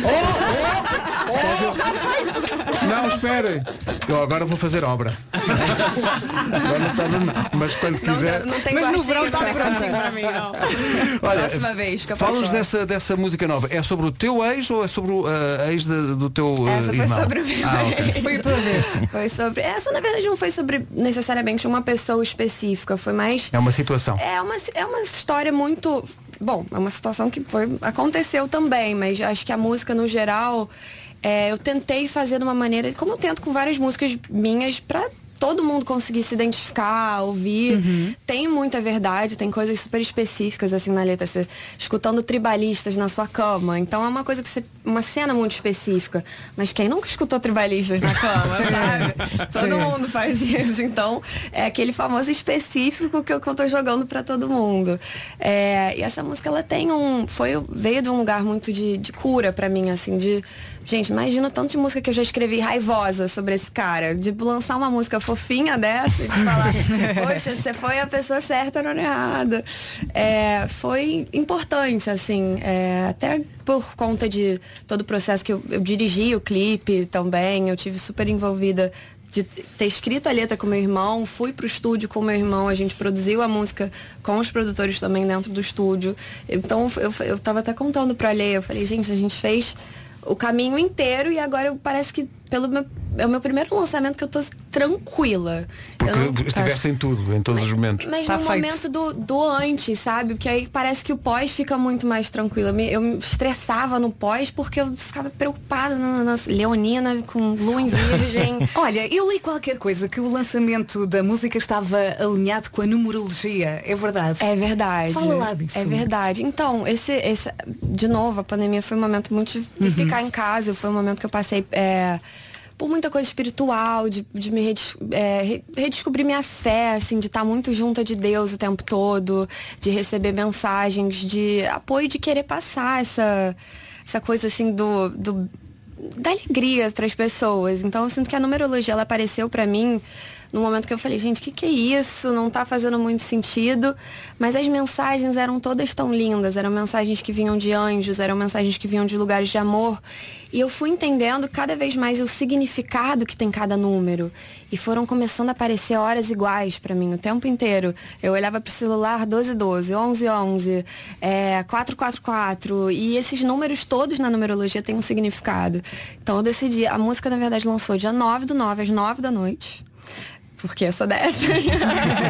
S1: Não, esperem. Eu agora vou fazer
S15: (laughs)
S1: obra. Agora não está dando, mas quando quiser.
S15: Não tem
S3: Mas no
S15: guardinha
S3: verão tá
S15: pra
S3: pronta.
S15: cantinho pra mim, não.
S1: Olha,
S15: Próxima vez, fica pra
S1: Fala-nos
S15: fora.
S1: dessa, dessa música nova. É sobre o teu ex ou é sobre o ah, ex de- do teu ah,
S15: Essa foi
S1: irmão?
S15: sobre o meu
S1: Ah, ok.
S15: (laughs) ex. Foi sobre. Essa, na verdade, não foi sobre necessariamente uma pessoa específica. Foi mais.
S1: É uma situação.
S15: É uma, é uma história muito. Bom, é uma situação que foi, aconteceu também, mas acho que a música no geral, é, eu tentei fazer de uma maneira, como eu tento com várias músicas minhas, pra todo mundo conseguir se identificar, ouvir.
S3: Uhum.
S15: Tem muita verdade, tem coisas super específicas assim na letra. Você escutando tribalistas na sua cama. Então é uma coisa que você. uma cena muito específica. Mas quem nunca escutou tribalistas na cama, sabe? Todo
S3: Sim.
S15: mundo faz isso. Então, é aquele famoso específico que eu, que eu tô jogando pra todo mundo. É, e essa música, ela tem um. Foi, veio de um lugar muito de, de cura pra mim, assim, de. Gente, imagina o tanto de música que eu já escrevi raivosa sobre esse cara. De lançar uma música fofinha dessa e de falar, poxa, você foi a pessoa certa na hora errada. É, foi importante, assim, é, até por conta de todo o processo que eu, eu dirigi o clipe também, eu tive super envolvida de ter escrito a letra com meu irmão, fui pro estúdio com meu irmão, a gente produziu a música com os produtores também dentro do estúdio. Então eu, eu tava até contando pra Leia, eu falei, gente, a gente fez o caminho inteiro e agora eu- parece que pelo meu, é o meu primeiro lançamento que eu tô tranquila.
S1: Porque
S15: eu não-
S1: estiveste em tudo, em todos os momentos.
S15: mas no momento do, do antes, sabe? Porque aí parece que o pós fica muito mais tranquilo. Eu me, eu me estressava no pós porque eu ficava preocupada na, na Leonina com lua em virgem.
S3: Olha, eu li qualquer coisa que o lançamento da música estava alinhado com a numerologia. É verdade.
S15: É verdade.
S3: Fala lá disso.
S15: É verdade. Então, esse, esse, de novo, a pandemia foi um momento muito de de
S3: Uhum.
S15: ficar em casa, foi um momento que eu passei é, por muita coisa espiritual, de, de me redes- é, re- redescobrir minha fé, assim, de estar muito junta de Deus o tempo todo, de receber mensagens, de apoio, de querer passar essa, essa coisa assim do- do dá alegria para as pessoas. Então eu sinto que a numerologia ela apareceu para mim no momento que eu falei, gente, o que, que é isso? Não tá fazendo muito sentido. Mas as mensagens eram todas tão lindas, eram mensagens que vinham de anjos, eram mensagens que vinham de lugares de amor. E eu fui entendendo cada vez mais o significado que tem cada número. E foram começando a aparecer horas iguais para mim o tempo inteiro. Eu olhava pro celular 1212, 1111, é, 444. E esses números todos na numerologia têm um significado. Então eu decidi, a música na verdade lançou dia 9 do 9 às 9 da noite. Porque eu sou dessa. (laughs)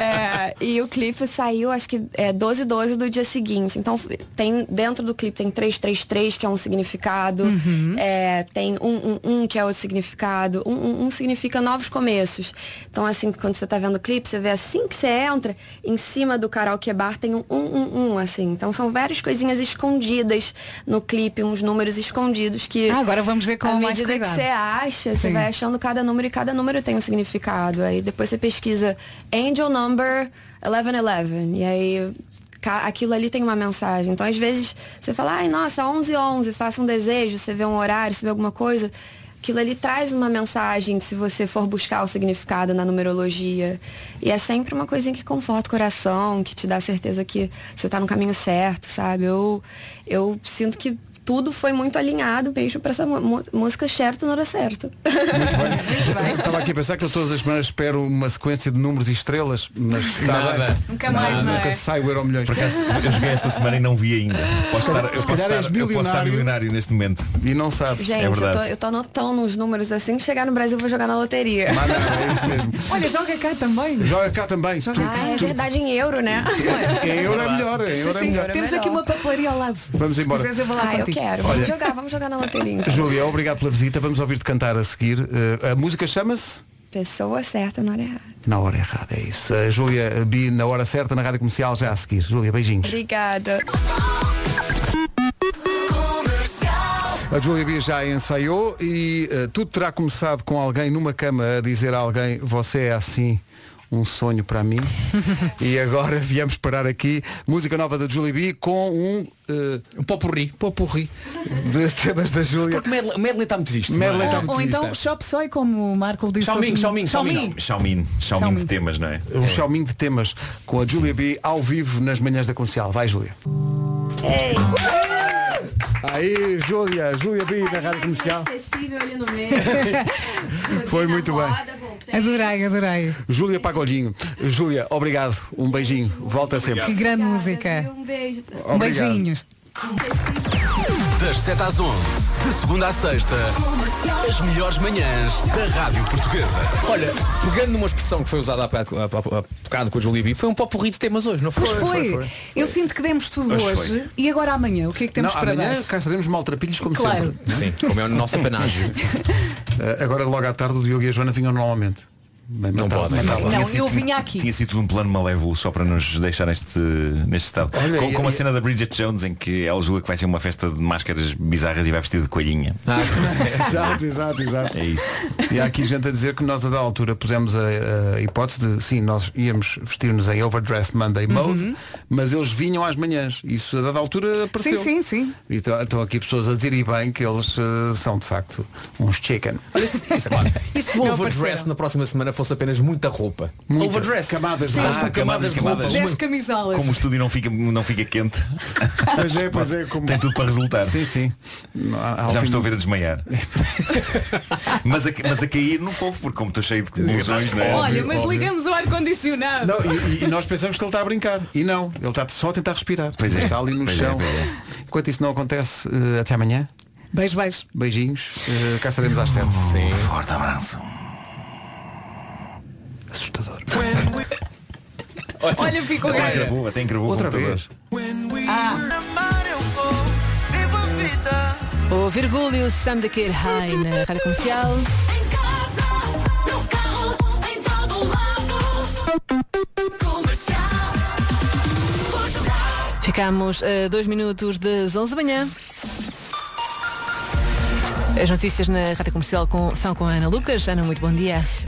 S15: É, e o clipe saiu, acho que é 12 12 do dia seguinte. Então, f- tem dentro do clipe tem 333, que é um significado.
S16: Uhum.
S15: É, tem 111, que é outro significado. 111 significa novos começos. Então, assim, quando você tá vendo o clipe, você vê assim que você entra, em cima do karaokê bar tem um 111, assim. Então, são várias coisinhas escondidas no clipe, uns números escondidos que...
S3: Ah, agora vamos ver com
S15: À
S3: mais
S15: medida que
S3: cuidado.
S15: você acha, você
S3: Sim.
S15: vai achando cada número e cada número tem um significado. Aí depois você pesquisa Angel Number 1111. E aí ca- aquilo ali tem uma mensagem. Então às vezes você fala, ai nossa, 1111, faça um desejo, você vê um horário, você vê alguma coisa. Aquilo ali traz uma mensagem se você for buscar o significado na numerologia. E é sempre uma coisinha que conforta o coração, que te dá certeza que você tá no caminho certo, sabe? Eu, eu sinto que tudo foi muito alinhado mesmo para essa mu- mu- música certa na hora
S1: (laughs)
S15: certa.
S1: É Estava aqui a pensar que eu todas as semanas espero uma sequência de números e estrelas, mas
S11: Nada.
S3: Nunca mais,
S11: Nada. não é?
S1: Nunca sai o Euro Milhões.
S11: Por acaso, eu joguei esta semana e não vi ainda. Posso
S1: Se
S11: estar,
S1: calhar-
S11: eu,
S1: se
S11: posso
S1: calhar és
S11: estar, eu posso estar
S1: milionário.
S11: milionário neste momento.
S1: E não sabes.
S15: Gente,
S11: é
S15: eu,
S11: verdade.
S15: tô, eu tô anotando os números assim que chegar no Brasil eu vou jogar na loteria.
S3: Olha, joga cá também.
S1: é Joga cá também. Tu-
S15: Ah, é verdade em euro, né?
S1: Em euro é melhor, em euro é
S3: Sim,
S1: melhor.
S3: Temos aqui uma papelaria ao lado.
S1: Vamos
S3: Se
S1: embora.
S3: quiseres, eu vou lá
S15: Ah, eu
S3: contigo.
S15: quero.
S1: Olha.
S15: Vamos jogar, vamos jogar na loteria. Então.
S1: Júlia, obrigado pela visita. Vamos ouvir-te cantar a seguir. Eh, a música chama-se?
S15: Pessoa certa na hora errada.
S1: Na hora errada, é isso. A Júlia Bi, na hora certa, na rádio comercial, já a seguir. Júlia, beijinhos.
S15: Obrigada.
S1: A Júlia B já ensaiou e eh, tudo terá começado com alguém numa cama a dizer a alguém você é assim um sonho para mim e agora viemos parar aqui música nova da Julie B com um um popurri popurri de temas da Júlia porque
S5: Medley está muito é? visto
S1: Medley está é.
S3: Ou então Shop Soy, como o Marco disse.
S1: Xiaomi, Xiaomi,
S3: Xiaomi.
S11: Xiaomin, Xiaomin de temas, não é?
S1: um Xiaomi de temas com a Julia B ao vivo nas manhãs da comercial vai Júlia aí Júlia Júlia B na rádio comercial
S15: Acessível ali no meio.
S1: (laughs) foi muito bem É
S3: Adorei, adorei.
S1: Júlia Pagodinho. Júlia, obrigado. Um beijinho. Volta
S3: Que
S1: sempre.
S3: grande música.
S15: Um beijo.
S1: Obrigado.
S3: Beijinhos.
S14: Das 7 às 11, de segunda à sexta, as melhores manhãs da Rádio Portuguesa.
S5: Olha, pegando numa expressão que foi usada há bocado, há- há- há bocado com o Julie B, foi um poporri de temas hoje, não foi?
S3: Pois foi. Eu sinto que demos tudo
S5: Hoje
S3: hoje.
S5: foi.
S3: E agora amanhã, o que é que temos
S1: Não,
S3: para
S1: amanhã
S3: dar?
S1: cá estaremos maltrapilhos como
S3: Claro.
S1: sempre.
S3: (laughs)
S5: Sim, como é o nosso apanágio.
S1: Eh, Agora logo à tarde o Diogo e a Joana vinham normalmente. Bem,
S3: Tá
S11: não
S1: matava,
S11: podem.
S1: matava. Não,
S11: Ah, Tinha sido-
S3: eu vinha aqui.
S11: Tinha sido tudo um plano malévolo só para nos deixar neste, neste estado.
S1: Olha,
S11: como
S1: e-
S11: como a
S1: e-
S11: cena da Bridget Jones em que ela julga que vai ser uma festa de máscaras bizarras e vai vestida de coelhinha.
S1: Ah, (laughs) exato, exato, exato.
S11: É isso.
S1: E há aqui gente a dizer que nós a da altura pusemos a, a hipótese de sim, nós íamos vestir-nos em overdress Monday mode,
S3: Uhum.
S1: mas eles vinham às manhãs. Isso a dada altura apareceu.
S3: Sim, sim, sim.
S1: E t- estão aqui pessoas a dizer e bem que eles eh, são de facto uns chicken.
S5: Olha, isso, é isso, pá, e se o
S1: Não
S5: overdress
S1: apareceram.
S5: na próxima semana fosse apenas muita roupa?
S1: Muita.
S5: Overdress.
S1: Camadas de
S5: Estás
S1: roupa.
S5: com camadas, de roupa.
S11: Dez
S5: Uma-
S3: camisolas.
S11: Ah, Como o estúdio não fica, não fica quente.
S1: Pois é,
S11: (laughs)
S1: pois é, como-
S11: Tem tudo para resultar.
S1: Sim, sim. há
S11: Já
S1: ao
S11: me
S1: fim
S11: estou a
S1: do-
S11: ver
S1: (laughs)
S11: a desmaiar. mas, a, mas a cair no fofo, porque como estou cheio de ilusões,
S1: tá
S11: não é?
S3: Olha, mas ligamos o ar-condicionado.
S1: Não, e, e- e nós pensamos que ele está a brincar. E não, ele está só a tentar respirar.
S11: Pois é.
S1: Está ali no
S11: Pois é,
S1: chão.
S11: pois é.
S1: Enquanto isso não acontece, eh, até amanhã.
S3: Beijo, beijo.
S1: Beijinhos. Eh, cá estaremos às 7.
S11: Sim. Forte abraço.
S1: Assustador.
S3: Olha, ficou
S11: Até
S3: bem.
S11: encravou, até encravou
S1: Outra
S11: o computador.
S1: vez.
S16: O Virgulho o Sam the Kid High na Rádio Comercial. Ficamos a dois minutos das 11 da manhã. As notícias na Rádio Comercial com- são com a Ana Lucas. Ana, muito bom dia.